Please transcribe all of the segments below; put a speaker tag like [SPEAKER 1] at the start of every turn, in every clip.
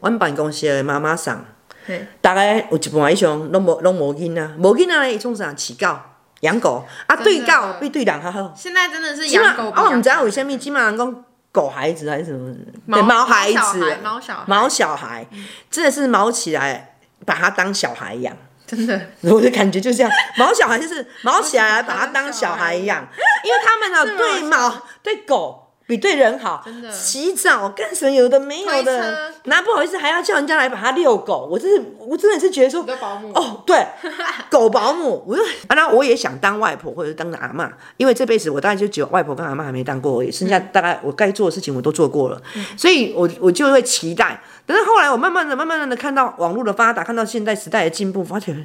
[SPEAKER 1] 阮办公室的妈妈送，
[SPEAKER 2] 嘿，
[SPEAKER 1] 大概有一半以上拢无拢无囡仔，无囡仔伊创啥饲狗、养狗，啊
[SPEAKER 2] 真
[SPEAKER 1] 对
[SPEAKER 2] 的
[SPEAKER 1] 狗比对人较好。
[SPEAKER 2] 现在真的是
[SPEAKER 1] 即
[SPEAKER 2] 养
[SPEAKER 1] 码
[SPEAKER 2] 狗比
[SPEAKER 1] 啊，我
[SPEAKER 2] 养
[SPEAKER 1] 毋知
[SPEAKER 2] 狗，
[SPEAKER 1] 影为虾物，即码人讲狗孩子还是什么
[SPEAKER 2] 毛
[SPEAKER 1] 对毛
[SPEAKER 2] 毛
[SPEAKER 1] 孩
[SPEAKER 2] 小
[SPEAKER 1] 子
[SPEAKER 2] 孩、毛小孩
[SPEAKER 1] 毛小孩，真的是毛起来把它当小孩养。
[SPEAKER 2] 真的
[SPEAKER 1] 我的感觉就这样，毛小孩就是毛起来把它当小孩 养，因为他们呢
[SPEAKER 2] 是
[SPEAKER 1] 对毛对狗比对人好
[SPEAKER 2] 真的，
[SPEAKER 1] 洗澡干什么有的没有
[SPEAKER 2] 推
[SPEAKER 1] 的
[SPEAKER 2] 车，
[SPEAKER 1] 那不好意思还要叫人家来把它遛狗，我真是我真的是觉得说
[SPEAKER 2] 你的保姆
[SPEAKER 1] 哦，对， 狗保姆，我就啊，那我也想当外婆或者当阿嬷，因为这辈子我大概就只有外婆跟阿嬷还没当过而已，剩
[SPEAKER 2] 嗯
[SPEAKER 1] 下大概我该做的事情我都做过了，所以我我就会期待。但是后来我慢慢的、慢慢的看到网络的发达，看到现代时代的进步，发觉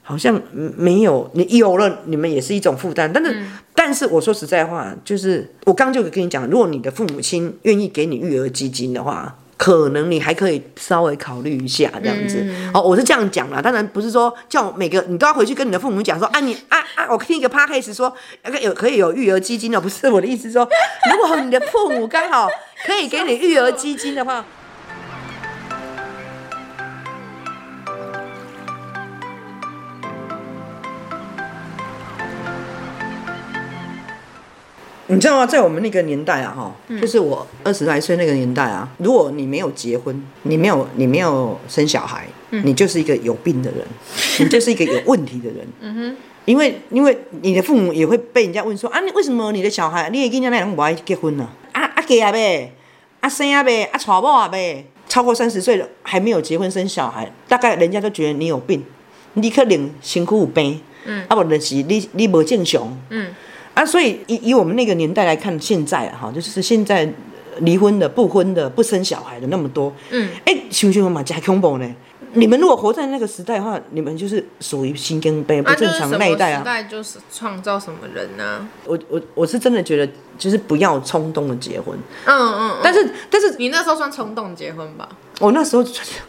[SPEAKER 1] 好像嗯没有你有了，你们也是一种负担。但是、但是我说实在话，就是我刚就跟你讲，如果你的父母亲愿意给你育儿基金的话。可能你还可以稍微考虑一下这样子、哦，我是这样讲啦，当然不是说叫每个你都要回去跟你的父母讲说啊你啊啊，我听一个 p a c k a g e 说呃有可以有育儿基金哦的，不是我的意思说，如果你的父母刚好可以给你育儿基金的话，你知道吗？在我们那个年代啊，哈、就是我二十来岁那个年代啊，如果你没有结婚，你没有你没有生小孩，你就是一个有病 的人，你就是一个有问题的人。嗯哼。因为因为你的父母也会被人家问说啊，你为什么你的小孩，你的囡仔那样不爱结婚呢、啊？啊啊嫁啊呗，啊生啊呗，啊娶某啊呗，超过三十岁了还没有结婚生小孩，大概人家都觉得你有病，你可能身躯有病，嗯，啊不然就是你你无正常，啊，所以以以我们那个年代来看，现在啊哈，就是现在离婚的、不婚的、不生小孩的那么多，嗯，哎、想想嘛，加恐怖呢。你们如果活在那个时代的话，你们就是属于心跟悲不
[SPEAKER 2] 啊，就
[SPEAKER 1] 正
[SPEAKER 2] 是什
[SPEAKER 1] 常
[SPEAKER 2] 么
[SPEAKER 1] 那一代
[SPEAKER 2] 时
[SPEAKER 1] 啊。
[SPEAKER 2] 代就是创造什么人啊呢？
[SPEAKER 1] 我我我是真的觉得，就是不要冲动的结婚。
[SPEAKER 2] 嗯嗯，
[SPEAKER 1] 但是但是
[SPEAKER 2] 你那时候算冲动结婚吧？
[SPEAKER 1] 我那时候，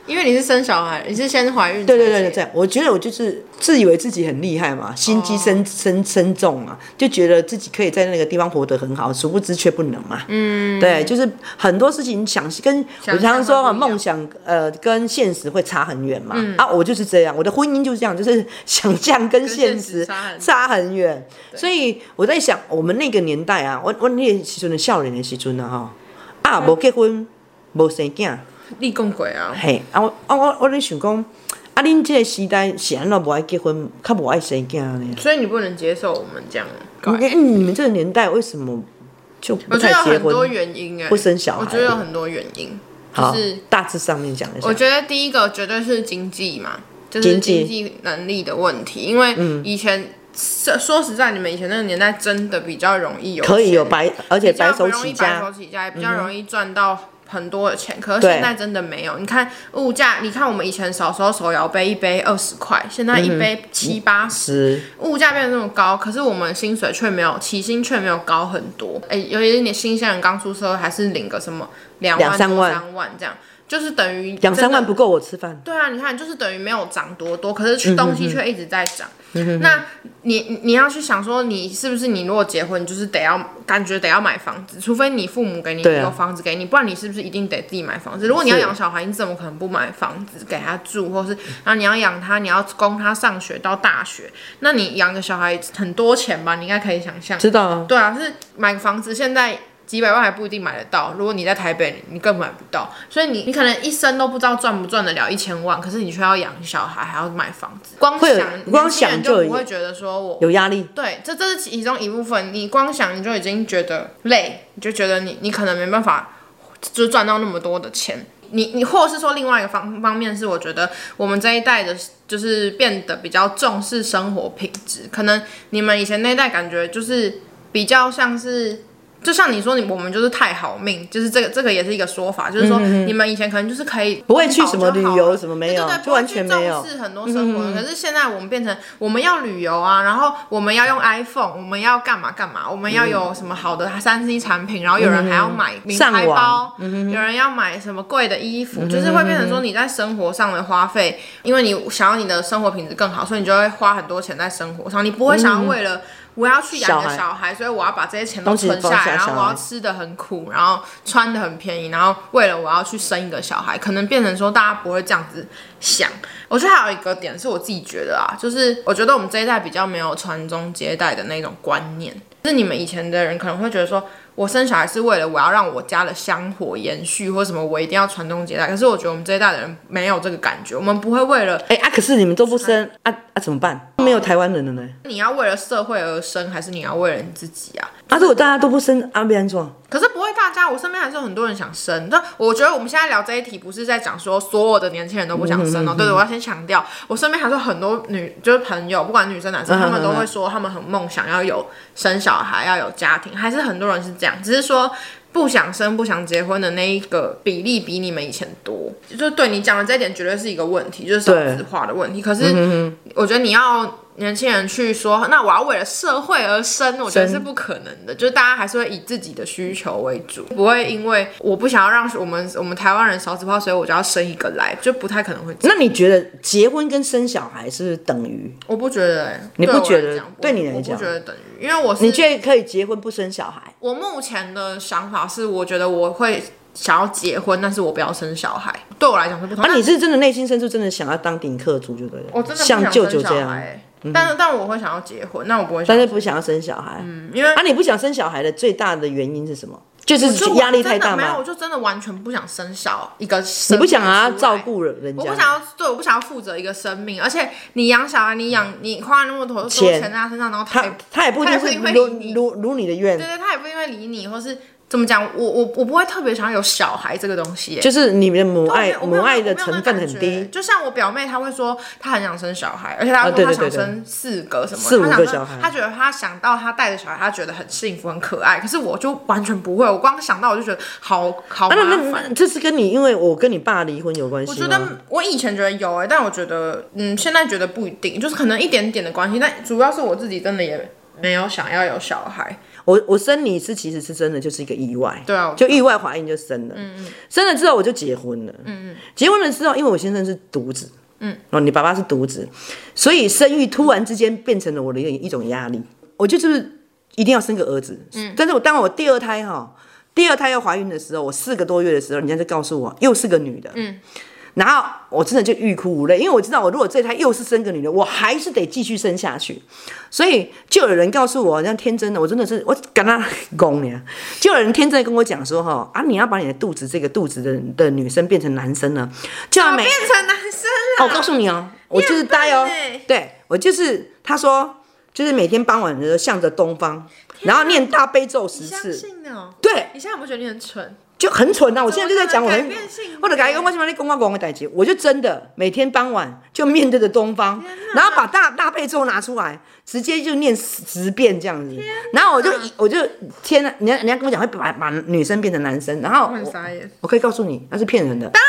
[SPEAKER 2] 因为你是生小孩，你是先怀孕才
[SPEAKER 1] 对
[SPEAKER 2] 结，
[SPEAKER 1] 对对对，这样，我觉得我就是自以为自己很厉害嘛，心机
[SPEAKER 2] 哦
[SPEAKER 1] 深深深重嘛，就觉得自己可以在那个地方活得很好，殊不知却不能嘛。嗯，对，就是很多事情想跟我
[SPEAKER 2] 想
[SPEAKER 1] 常常说
[SPEAKER 2] 象
[SPEAKER 1] 啊，
[SPEAKER 2] 都不一样嗯
[SPEAKER 1] 梦想呃跟现实会差很远嘛。啊，我就是这样，我的婚姻就是这样，就是想象跟现
[SPEAKER 2] 现
[SPEAKER 1] 实
[SPEAKER 2] 实差很远
[SPEAKER 1] 差很远。所以我在想，我们那个年代啊，我我那个时阵的少年的时阵啊，哈，
[SPEAKER 2] 嗯
[SPEAKER 1] 啊，无结婚，无生囝。
[SPEAKER 2] 立共轨啊，
[SPEAKER 1] 嘿，啊我啊我我咧想讲，啊恁即个时代是安怎无爱结婚，较无爱生囝呢？
[SPEAKER 2] 所以你不能接受我们这样搞。
[SPEAKER 1] 你你们这个年代为什么就不
[SPEAKER 2] 我觉得
[SPEAKER 1] 太
[SPEAKER 2] 有
[SPEAKER 1] 结
[SPEAKER 2] 很多
[SPEAKER 1] 婚？
[SPEAKER 2] 原因哎，
[SPEAKER 1] 不生小孩
[SPEAKER 2] 我觉得有很多原因，就
[SPEAKER 1] 好
[SPEAKER 2] 是，
[SPEAKER 1] 大致上面讲一
[SPEAKER 2] 我
[SPEAKER 1] 下。
[SPEAKER 2] 觉得第一个绝对是经济嘛，就是
[SPEAKER 1] 经济嗯
[SPEAKER 2] 经济能力的问题，因为以前、说说实在，你们以前那个年代真的比较容易有
[SPEAKER 1] 可以有
[SPEAKER 2] 钱
[SPEAKER 1] 白，而且
[SPEAKER 2] 比较
[SPEAKER 1] 白
[SPEAKER 2] 不
[SPEAKER 1] 手
[SPEAKER 2] 容易
[SPEAKER 1] 起
[SPEAKER 2] 白手
[SPEAKER 1] 家，嗯
[SPEAKER 2] 起家，也比较容易赚到。很多的钱，可是
[SPEAKER 1] 对
[SPEAKER 2] 现在真的没有。你看物价，你看我们以前小时候手摇杯一杯二十块，现在一
[SPEAKER 1] 嗯
[SPEAKER 2] 杯七八十，
[SPEAKER 1] 是
[SPEAKER 2] 物价变得那么高，可是我们薪水却没有，起薪却没有高很多。哎、尤其是你新鲜人刚出社会，还是领个什么两万
[SPEAKER 1] 两三
[SPEAKER 2] 多
[SPEAKER 1] 万
[SPEAKER 2] 三万这样，就是等于
[SPEAKER 1] 两三
[SPEAKER 2] 真
[SPEAKER 1] 万
[SPEAKER 2] 的
[SPEAKER 1] 不够我吃饭。
[SPEAKER 2] 对啊，你看，就是等于没有涨多多，可是东西却一直在涨。
[SPEAKER 1] 嗯
[SPEAKER 2] 那你你你要去想说，你是不是你如果结婚，就是得要感觉得要买房子，除非你父母给你
[SPEAKER 1] 对啊
[SPEAKER 2] 有房子给你，不然你是不是一定得自己买房子？如果你要
[SPEAKER 1] 是
[SPEAKER 2] 养小孩，你怎么可能不买房子给他住，或是然后你要养他，你要供他上学到大学，那你养个小孩很多钱吧？你应该可以想象。
[SPEAKER 1] 知道啊，
[SPEAKER 2] 对啊，是买房子现在几百万还不一定买得到，如果你在台北，你更买不到。所以你你可能一生都不知道赚不赚得了一千万，可是你却要养小孩，还要买房子，光
[SPEAKER 1] 会有
[SPEAKER 2] 想
[SPEAKER 1] 光
[SPEAKER 2] 年轻人
[SPEAKER 1] 想
[SPEAKER 2] 就
[SPEAKER 1] 就
[SPEAKER 2] 不会觉得说我。
[SPEAKER 1] 有压力。
[SPEAKER 2] 对，这这是其中一部分。你光想你就已经觉得累，你就觉得你你可能没办法，就赚到那么多的钱。你你或是说另外一个方方面是，我觉得我们这一代的，就是变得比较重视生活品质。可能你们以前那一代感觉就是比较像是。就像你说，你我们就是太好命，就是这个这个也是一个说法，就是说你们以前可能就是可以
[SPEAKER 1] 嗯不会去
[SPEAKER 2] 温饱
[SPEAKER 1] 什么
[SPEAKER 2] 就
[SPEAKER 1] 旅
[SPEAKER 2] 好
[SPEAKER 1] 游
[SPEAKER 2] 了
[SPEAKER 1] 什么没有
[SPEAKER 2] 对对对，
[SPEAKER 1] 就完全没有
[SPEAKER 2] 不会去重视很
[SPEAKER 1] 嗯
[SPEAKER 2] 多生活的。可是现在我们变成我们要旅游啊，然后我们要用 iPhone，我们要干嘛干嘛，我们要
[SPEAKER 1] 嗯
[SPEAKER 2] 有什么好的三 C 产品，然后有人还要买名牌
[SPEAKER 1] 上
[SPEAKER 2] 包
[SPEAKER 1] 网，嗯
[SPEAKER 2] 有人要买什么贵的衣服，就是会变成说你在生活上的花费，因为你想要你的生活品质更好，所以你就会花很多钱在生活上，你不会想要为了。我要去养
[SPEAKER 1] 嗯小
[SPEAKER 2] 个
[SPEAKER 1] 孩
[SPEAKER 2] 小孩，所以我要把这些钱都
[SPEAKER 1] 东西
[SPEAKER 2] 存下
[SPEAKER 1] 放
[SPEAKER 2] 来，
[SPEAKER 1] 下
[SPEAKER 2] 然后
[SPEAKER 1] 小
[SPEAKER 2] 我要
[SPEAKER 1] 孩
[SPEAKER 2] 吃的很苦，然后穿的很便宜，然后为了我要去生一个小孩，可能变成说大家不会这样子想。我觉得还有一个点是我自己觉得啊，就是我觉得我们这一代比较没有传宗接代的那种观念。就是你们以前的人可能会觉得说，我生小孩是为了我要让我家的香火延续，或什么，我一定要传宗接代。可是我觉得我们这一代的人没有这个感觉，我们不会为了
[SPEAKER 1] 哎、啊，可是你们都不生啊啊，怎么办？没有台湾人了呢。
[SPEAKER 2] 你要为了社会而生，还是你要为了你自己啊？
[SPEAKER 1] 啊，如果大家都不生，啊，别安装。
[SPEAKER 2] 可是不会，大家我身边还是有很多人想生。但我觉得我们现在聊这一题，不是在讲说所有的年轻人都不
[SPEAKER 1] 嗯
[SPEAKER 2] 想生哦。对对，我要先强调，我身边还是有很多女，就是朋友，不管女生男生，
[SPEAKER 1] 嗯
[SPEAKER 2] 他们都
[SPEAKER 1] 嗯
[SPEAKER 2] 会说他们很梦想要有生小孩，要有家庭，还是很多人是这样，只是说。不想生、不想结婚的那一个比例比你们以前多，就是对你讲的这一点绝对是一个问题，就是少
[SPEAKER 1] 对嗯
[SPEAKER 2] 子化的问题。可是我觉得你要年轻人去说，那我要为了社会而生，我觉得
[SPEAKER 1] 生
[SPEAKER 2] 是不可能的。就是大家还是会以自己的需求为主，不会因为我不想要让我们我们台湾人少子化，所以我就要生一个来，就不太可能会这样。
[SPEAKER 1] 那你觉得结婚跟生小孩是不是等于？
[SPEAKER 2] 我不觉得、欸，
[SPEAKER 1] 你
[SPEAKER 2] 对
[SPEAKER 1] 不
[SPEAKER 2] 我
[SPEAKER 1] 觉
[SPEAKER 2] 来
[SPEAKER 1] 得
[SPEAKER 2] 讲我
[SPEAKER 1] 对你来
[SPEAKER 2] 我不
[SPEAKER 1] 讲
[SPEAKER 2] 觉得等于，因为我是
[SPEAKER 1] 你觉得可以结婚不生小孩？
[SPEAKER 2] 我目前的想法是，我觉得我会想要结婚，但是我不要生小孩，对我来讲是不同。
[SPEAKER 1] 啊，你是真的内心深处真的想要当顶客族就对了，
[SPEAKER 2] 我真的不想
[SPEAKER 1] 像舅舅
[SPEAKER 2] 生小
[SPEAKER 1] 这
[SPEAKER 2] 孩
[SPEAKER 1] 样，
[SPEAKER 2] 欸，但是但我会想要结婚，那我不会想
[SPEAKER 1] 但
[SPEAKER 2] 要
[SPEAKER 1] 是不想要生小孩。
[SPEAKER 2] 生，嗯因为
[SPEAKER 1] 啊，你不想生小孩的最大的原因是什么？就是
[SPEAKER 2] 就我
[SPEAKER 1] 压力太大
[SPEAKER 2] 真的没有，
[SPEAKER 1] 吗
[SPEAKER 2] 我？就真的完全不想生小一个生
[SPEAKER 1] 你
[SPEAKER 2] 命出来，
[SPEAKER 1] 不想啊照顾人人
[SPEAKER 2] 我
[SPEAKER 1] 家？
[SPEAKER 2] 不想要，对，我不想要负责一个生命，而且你养小孩，你养你花了那么多多
[SPEAKER 1] 钱
[SPEAKER 2] 钱在他身上，然后他也
[SPEAKER 1] 他他也不一定
[SPEAKER 2] 他也
[SPEAKER 1] 是
[SPEAKER 2] 不一定会
[SPEAKER 1] 如
[SPEAKER 2] 理你
[SPEAKER 1] 如如你的愿
[SPEAKER 2] 对，对，他也不因为理你，或是怎么讲，我我我不会特别想要有小孩这个东西、欸。
[SPEAKER 1] 就是你们的母爱
[SPEAKER 2] 对我没
[SPEAKER 1] 母
[SPEAKER 2] 有
[SPEAKER 1] 爱的
[SPEAKER 2] 我没有那
[SPEAKER 1] 成分很
[SPEAKER 2] 感觉
[SPEAKER 1] 低。
[SPEAKER 2] 就像我表妹，她会说她很想生小孩，而且她
[SPEAKER 1] 啊
[SPEAKER 2] 说
[SPEAKER 1] 对
[SPEAKER 2] 她
[SPEAKER 1] 对对
[SPEAKER 2] 想
[SPEAKER 1] 对
[SPEAKER 2] 生四个什么，
[SPEAKER 1] 四五
[SPEAKER 2] 她想
[SPEAKER 1] 个
[SPEAKER 2] 生
[SPEAKER 1] 小孩
[SPEAKER 2] 她觉得她想到她带着小孩，她觉得很幸福很可爱。可是我就完全不会，我光想到我就觉得好好
[SPEAKER 1] 啊，
[SPEAKER 2] 麻
[SPEAKER 1] 那
[SPEAKER 2] 烦。
[SPEAKER 1] 那那这是跟你因为我跟你爸离婚有关
[SPEAKER 2] 我
[SPEAKER 1] 系
[SPEAKER 2] 觉得嗯
[SPEAKER 1] 吗？
[SPEAKER 2] 我以前觉得有哎、但我觉得嗯，现在觉得不一定，就是可能一点点的关系，但主要是我自己真的也没有想要有小孩。
[SPEAKER 1] 我我生你是其实是真的就是一个意外，
[SPEAKER 2] 对啊我
[SPEAKER 1] 就意外怀孕就生了，嗯生了之后我就结婚了，嗯嗯，结婚了之后，因为我先生是独子，嗯，哦，你爸爸是独子，所以生育突然之间变成了我的一个一种压力，我就是一定要生个儿子，嗯，但是我当我第二胎哈，第二胎要怀孕的时候，我四个多月的时候，人家就告诉我又是个女的，嗯。然后我真的就欲哭无泪，因为我知道我如果这胎又是生个女的，我还是得继续生下去。所以就有人告诉我，像天真的，我真的是我跟他公呀，就有人天真的跟我讲说，哈啊，你要把你的肚子这个肚子的的女生变成男生呢，就要
[SPEAKER 2] 我
[SPEAKER 1] 每
[SPEAKER 2] 变成男生啊
[SPEAKER 1] 哦，
[SPEAKER 2] 了，
[SPEAKER 1] 我告诉你哦，我就是
[SPEAKER 2] 很笨
[SPEAKER 1] 呆哦
[SPEAKER 2] 欸，
[SPEAKER 1] 对我就是他说就是每天傍晚的时候向着东方，然后念大悲咒十
[SPEAKER 2] 啊你相
[SPEAKER 1] 次，
[SPEAKER 2] 信哦、
[SPEAKER 1] 对，
[SPEAKER 2] 你现在不觉得你很蠢？
[SPEAKER 1] 就很蠢啊！我现在就在讲我
[SPEAKER 2] 改
[SPEAKER 1] 很
[SPEAKER 2] 变性格，
[SPEAKER 1] 我的改革，我什么在公关公的代际，我就真的每天傍晚就面对着东方，
[SPEAKER 2] 啊
[SPEAKER 1] 然后把大大悲咒拿出来，直接就念十十遍这样子。
[SPEAKER 2] 啊
[SPEAKER 1] 然后我就我就天啊，人家人家跟我讲会把把女生变成男生，然后
[SPEAKER 2] 我很
[SPEAKER 1] 我
[SPEAKER 2] 傻眼。
[SPEAKER 1] 我可以告诉你，那是骗人的。
[SPEAKER 2] 当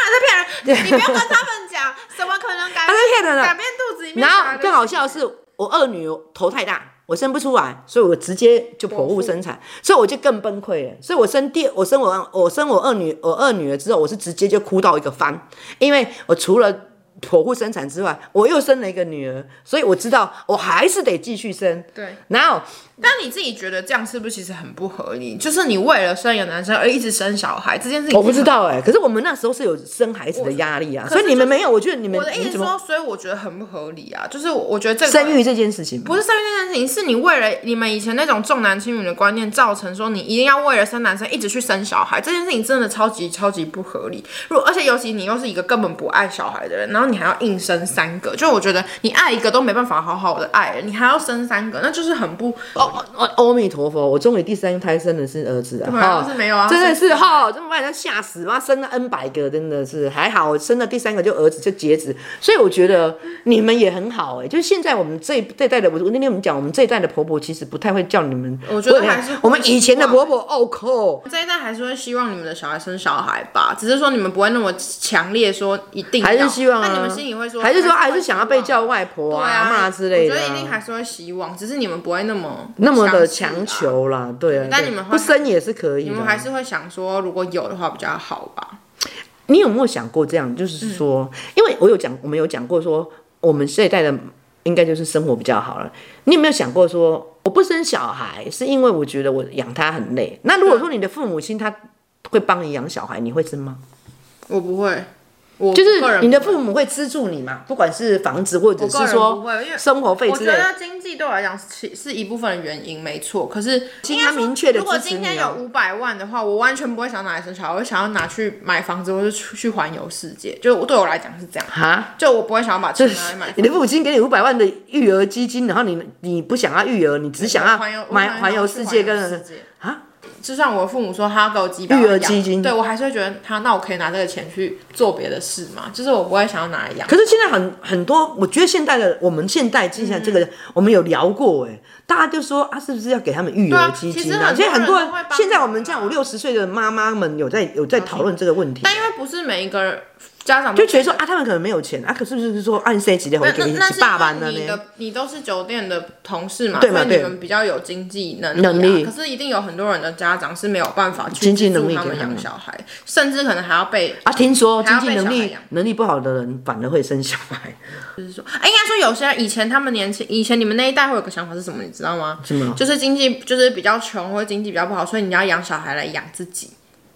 [SPEAKER 2] 然是骗人，你 不要跟他们讲，怎么可能
[SPEAKER 1] 他
[SPEAKER 2] 改变
[SPEAKER 1] 是啊骗人的
[SPEAKER 2] 改变肚子里面
[SPEAKER 1] 然
[SPEAKER 2] 小
[SPEAKER 1] 后
[SPEAKER 2] 孩的
[SPEAKER 1] 更好笑的是，我二女头太大，我生不出来，所以我直接就剖腹生
[SPEAKER 2] 嗯
[SPEAKER 1] 产，所以我就更崩溃了。所以我生第我生我我生我二女我二女儿之后，我是直接就哭到一个翻，因为我除了剖腹生产之外，我又生了一个女儿，所以我知道我还是得继续生。
[SPEAKER 2] 对。
[SPEAKER 1] 然后
[SPEAKER 2] 但你自己觉得这样是不是其实很不合理？就是你为了生一个男生而一直生小孩这件事情，
[SPEAKER 1] 我不知。道哎、可是我们那时候是有生孩子的压力啊，
[SPEAKER 2] 是
[SPEAKER 1] 所以你
[SPEAKER 2] 就是
[SPEAKER 1] 们没有，我觉得你们
[SPEAKER 2] 我的意
[SPEAKER 1] 你
[SPEAKER 2] 思
[SPEAKER 1] 怎
[SPEAKER 2] 是
[SPEAKER 1] 么
[SPEAKER 2] 说，所以我觉得很不合理啊。就是我我觉得这个
[SPEAKER 1] 生育这件事情？
[SPEAKER 2] 不是生育这件事情，是你为了你们以前那种重男轻女的观念，造成说你一定要为了生男生一直去生小孩，这件事情真的超级超级不合理。如果而且尤其你又是一个根本不爱小孩的人，然后你还要硬生三个，就我觉得你爱一个都没办法好好的爱了，你还要生三个，那就是很不
[SPEAKER 1] 哦哦，阿弥陀佛，我终于第三胎生的是儿子啊！
[SPEAKER 2] 对啊
[SPEAKER 1] 哈
[SPEAKER 2] 是没有啊
[SPEAKER 1] 真的
[SPEAKER 2] 是
[SPEAKER 1] 是哈，这么把人家吓死，妈生了 N 百个，真的是还好，我生了第三个就儿子就截止，所以我觉得你们也很好哎、就是现在我们这一这一代的，我那天我们讲我们这一代的婆婆其实不太会叫你们，
[SPEAKER 2] 我觉得
[SPEAKER 1] 不会啊
[SPEAKER 2] 还是会
[SPEAKER 1] 我们以前的
[SPEAKER 2] 习
[SPEAKER 1] 婆
[SPEAKER 2] 惯
[SPEAKER 1] 婆哦靠，
[SPEAKER 2] 这一代还是会希望你们的小孩生小孩吧，只是说你们不会那么强烈说一定要
[SPEAKER 1] 还是希望啊，
[SPEAKER 2] 那你们心里会说，
[SPEAKER 1] 还是说还
[SPEAKER 2] 会
[SPEAKER 1] 是想要被
[SPEAKER 2] 希望
[SPEAKER 1] 叫外婆
[SPEAKER 2] 对
[SPEAKER 1] 啊、骂之类的
[SPEAKER 2] 我
[SPEAKER 1] 啊、
[SPEAKER 2] 觉得一定还是会希望，只是你们不会那么
[SPEAKER 1] 那么的
[SPEAKER 2] 强势啊
[SPEAKER 1] 强，求啦，对啊，
[SPEAKER 2] 但
[SPEAKER 1] 对
[SPEAKER 2] 你们会
[SPEAKER 1] 不生也是可以的啊，
[SPEAKER 2] 你们还是会想说，如果有的话比较好吧。
[SPEAKER 1] 你有没有想过这样？就是
[SPEAKER 2] 嗯
[SPEAKER 1] 说，因为我有讲，我们有讲过说，我们这一代的应该就是生活比较好了。你有没有想过说，我不生小孩是因为我觉得我养他很累。那如果说你的父母亲他会帮你养小孩，你会生吗？
[SPEAKER 2] 我不会，我
[SPEAKER 1] 就
[SPEAKER 2] 个
[SPEAKER 1] 是
[SPEAKER 2] 人
[SPEAKER 1] 你的
[SPEAKER 2] 不会
[SPEAKER 1] 父母会资助你嘛，不管是房子或者
[SPEAKER 2] 我个
[SPEAKER 1] 是
[SPEAKER 2] 人不
[SPEAKER 1] 说
[SPEAKER 2] 会因为
[SPEAKER 1] 生活费
[SPEAKER 2] 我
[SPEAKER 1] 之
[SPEAKER 2] 觉
[SPEAKER 1] 类的。
[SPEAKER 2] 得经济对我来讲是是一部分的原因，没错。可是
[SPEAKER 1] 其实
[SPEAKER 2] 应该
[SPEAKER 1] 他
[SPEAKER 2] 说
[SPEAKER 1] 明确地
[SPEAKER 2] 如果
[SPEAKER 1] 支持
[SPEAKER 2] 今天
[SPEAKER 1] 你
[SPEAKER 2] 有
[SPEAKER 1] 啊
[SPEAKER 2] 五百万的话，我完全不会想拿来生小孩，我会想要拿去买房子，或是出去环游世界。就我对我来讲是这样，
[SPEAKER 1] 哈，
[SPEAKER 2] 就我不会想要把钱拿来买
[SPEAKER 1] 你
[SPEAKER 2] 房
[SPEAKER 1] 的
[SPEAKER 2] 子。
[SPEAKER 1] 父母亲给你五百万的育儿基金，然后你你不想要育儿，你只想要
[SPEAKER 2] 环游我想
[SPEAKER 1] 买
[SPEAKER 2] 要
[SPEAKER 1] 环游
[SPEAKER 2] 去
[SPEAKER 1] 世界
[SPEAKER 2] 环游世
[SPEAKER 1] 跟
[SPEAKER 2] 界
[SPEAKER 1] 啊，
[SPEAKER 2] 就算我父母说他要给我几百万
[SPEAKER 1] 育儿
[SPEAKER 2] 养
[SPEAKER 1] 基金
[SPEAKER 2] 对我还是会觉得他那我可以拿这个钱去做别的事嘛，就是我不会想要拿来养。
[SPEAKER 1] 可是现在很很多，我觉得现代的我们现代现在这
[SPEAKER 2] 嗯
[SPEAKER 1] 个、我们有聊过哎，大家就说啊，是不是要给他们育
[SPEAKER 2] 对啊
[SPEAKER 1] 儿基
[SPEAKER 2] 其实
[SPEAKER 1] 金啊？
[SPEAKER 2] 很
[SPEAKER 1] 所以
[SPEAKER 2] 多
[SPEAKER 1] 很
[SPEAKER 2] 人
[SPEAKER 1] 多
[SPEAKER 2] 都
[SPEAKER 1] 人
[SPEAKER 2] 会帮
[SPEAKER 1] 现在我
[SPEAKER 2] 忙
[SPEAKER 1] 们这样
[SPEAKER 2] 啊嗯
[SPEAKER 1] 五六十岁的妈妈们有在有在讨论这个问题，
[SPEAKER 2] 但因为不是每一个家长都
[SPEAKER 1] 就觉得说啊，他们可能没有钱啊，可是不是说按谁几点
[SPEAKER 2] 那
[SPEAKER 1] 会给
[SPEAKER 2] 那
[SPEAKER 1] 你
[SPEAKER 2] 那
[SPEAKER 1] 几
[SPEAKER 2] 是
[SPEAKER 1] 爸爸
[SPEAKER 2] 因
[SPEAKER 1] 呢
[SPEAKER 2] 为你
[SPEAKER 1] 呢？
[SPEAKER 2] 的你都是酒店的同事嘛，
[SPEAKER 1] 对嘛
[SPEAKER 2] 所以你
[SPEAKER 1] 对
[SPEAKER 2] 们比较有经济能
[SPEAKER 1] 能
[SPEAKER 2] 力、
[SPEAKER 1] 力
[SPEAKER 2] 啊。可是一定有很多人的家长是没有办法去
[SPEAKER 1] 经济
[SPEAKER 2] 资助
[SPEAKER 1] 能力
[SPEAKER 2] 他们
[SPEAKER 1] 给他
[SPEAKER 2] 养
[SPEAKER 1] 们
[SPEAKER 2] 小孩，甚至可能还要被
[SPEAKER 1] 啊，听说
[SPEAKER 2] 还要
[SPEAKER 1] 经
[SPEAKER 2] 被
[SPEAKER 1] 济能
[SPEAKER 2] 小孩
[SPEAKER 1] 力
[SPEAKER 2] 养
[SPEAKER 1] 能力不好的人反而会生小孩，
[SPEAKER 2] 哎，应该说有些人以前他们年轻，以前你们那一代会有个想法是什么，你知道吗？
[SPEAKER 1] 什么
[SPEAKER 2] 就是经济就是比较穷或者经济比较不好，所以你要养小孩来养自己，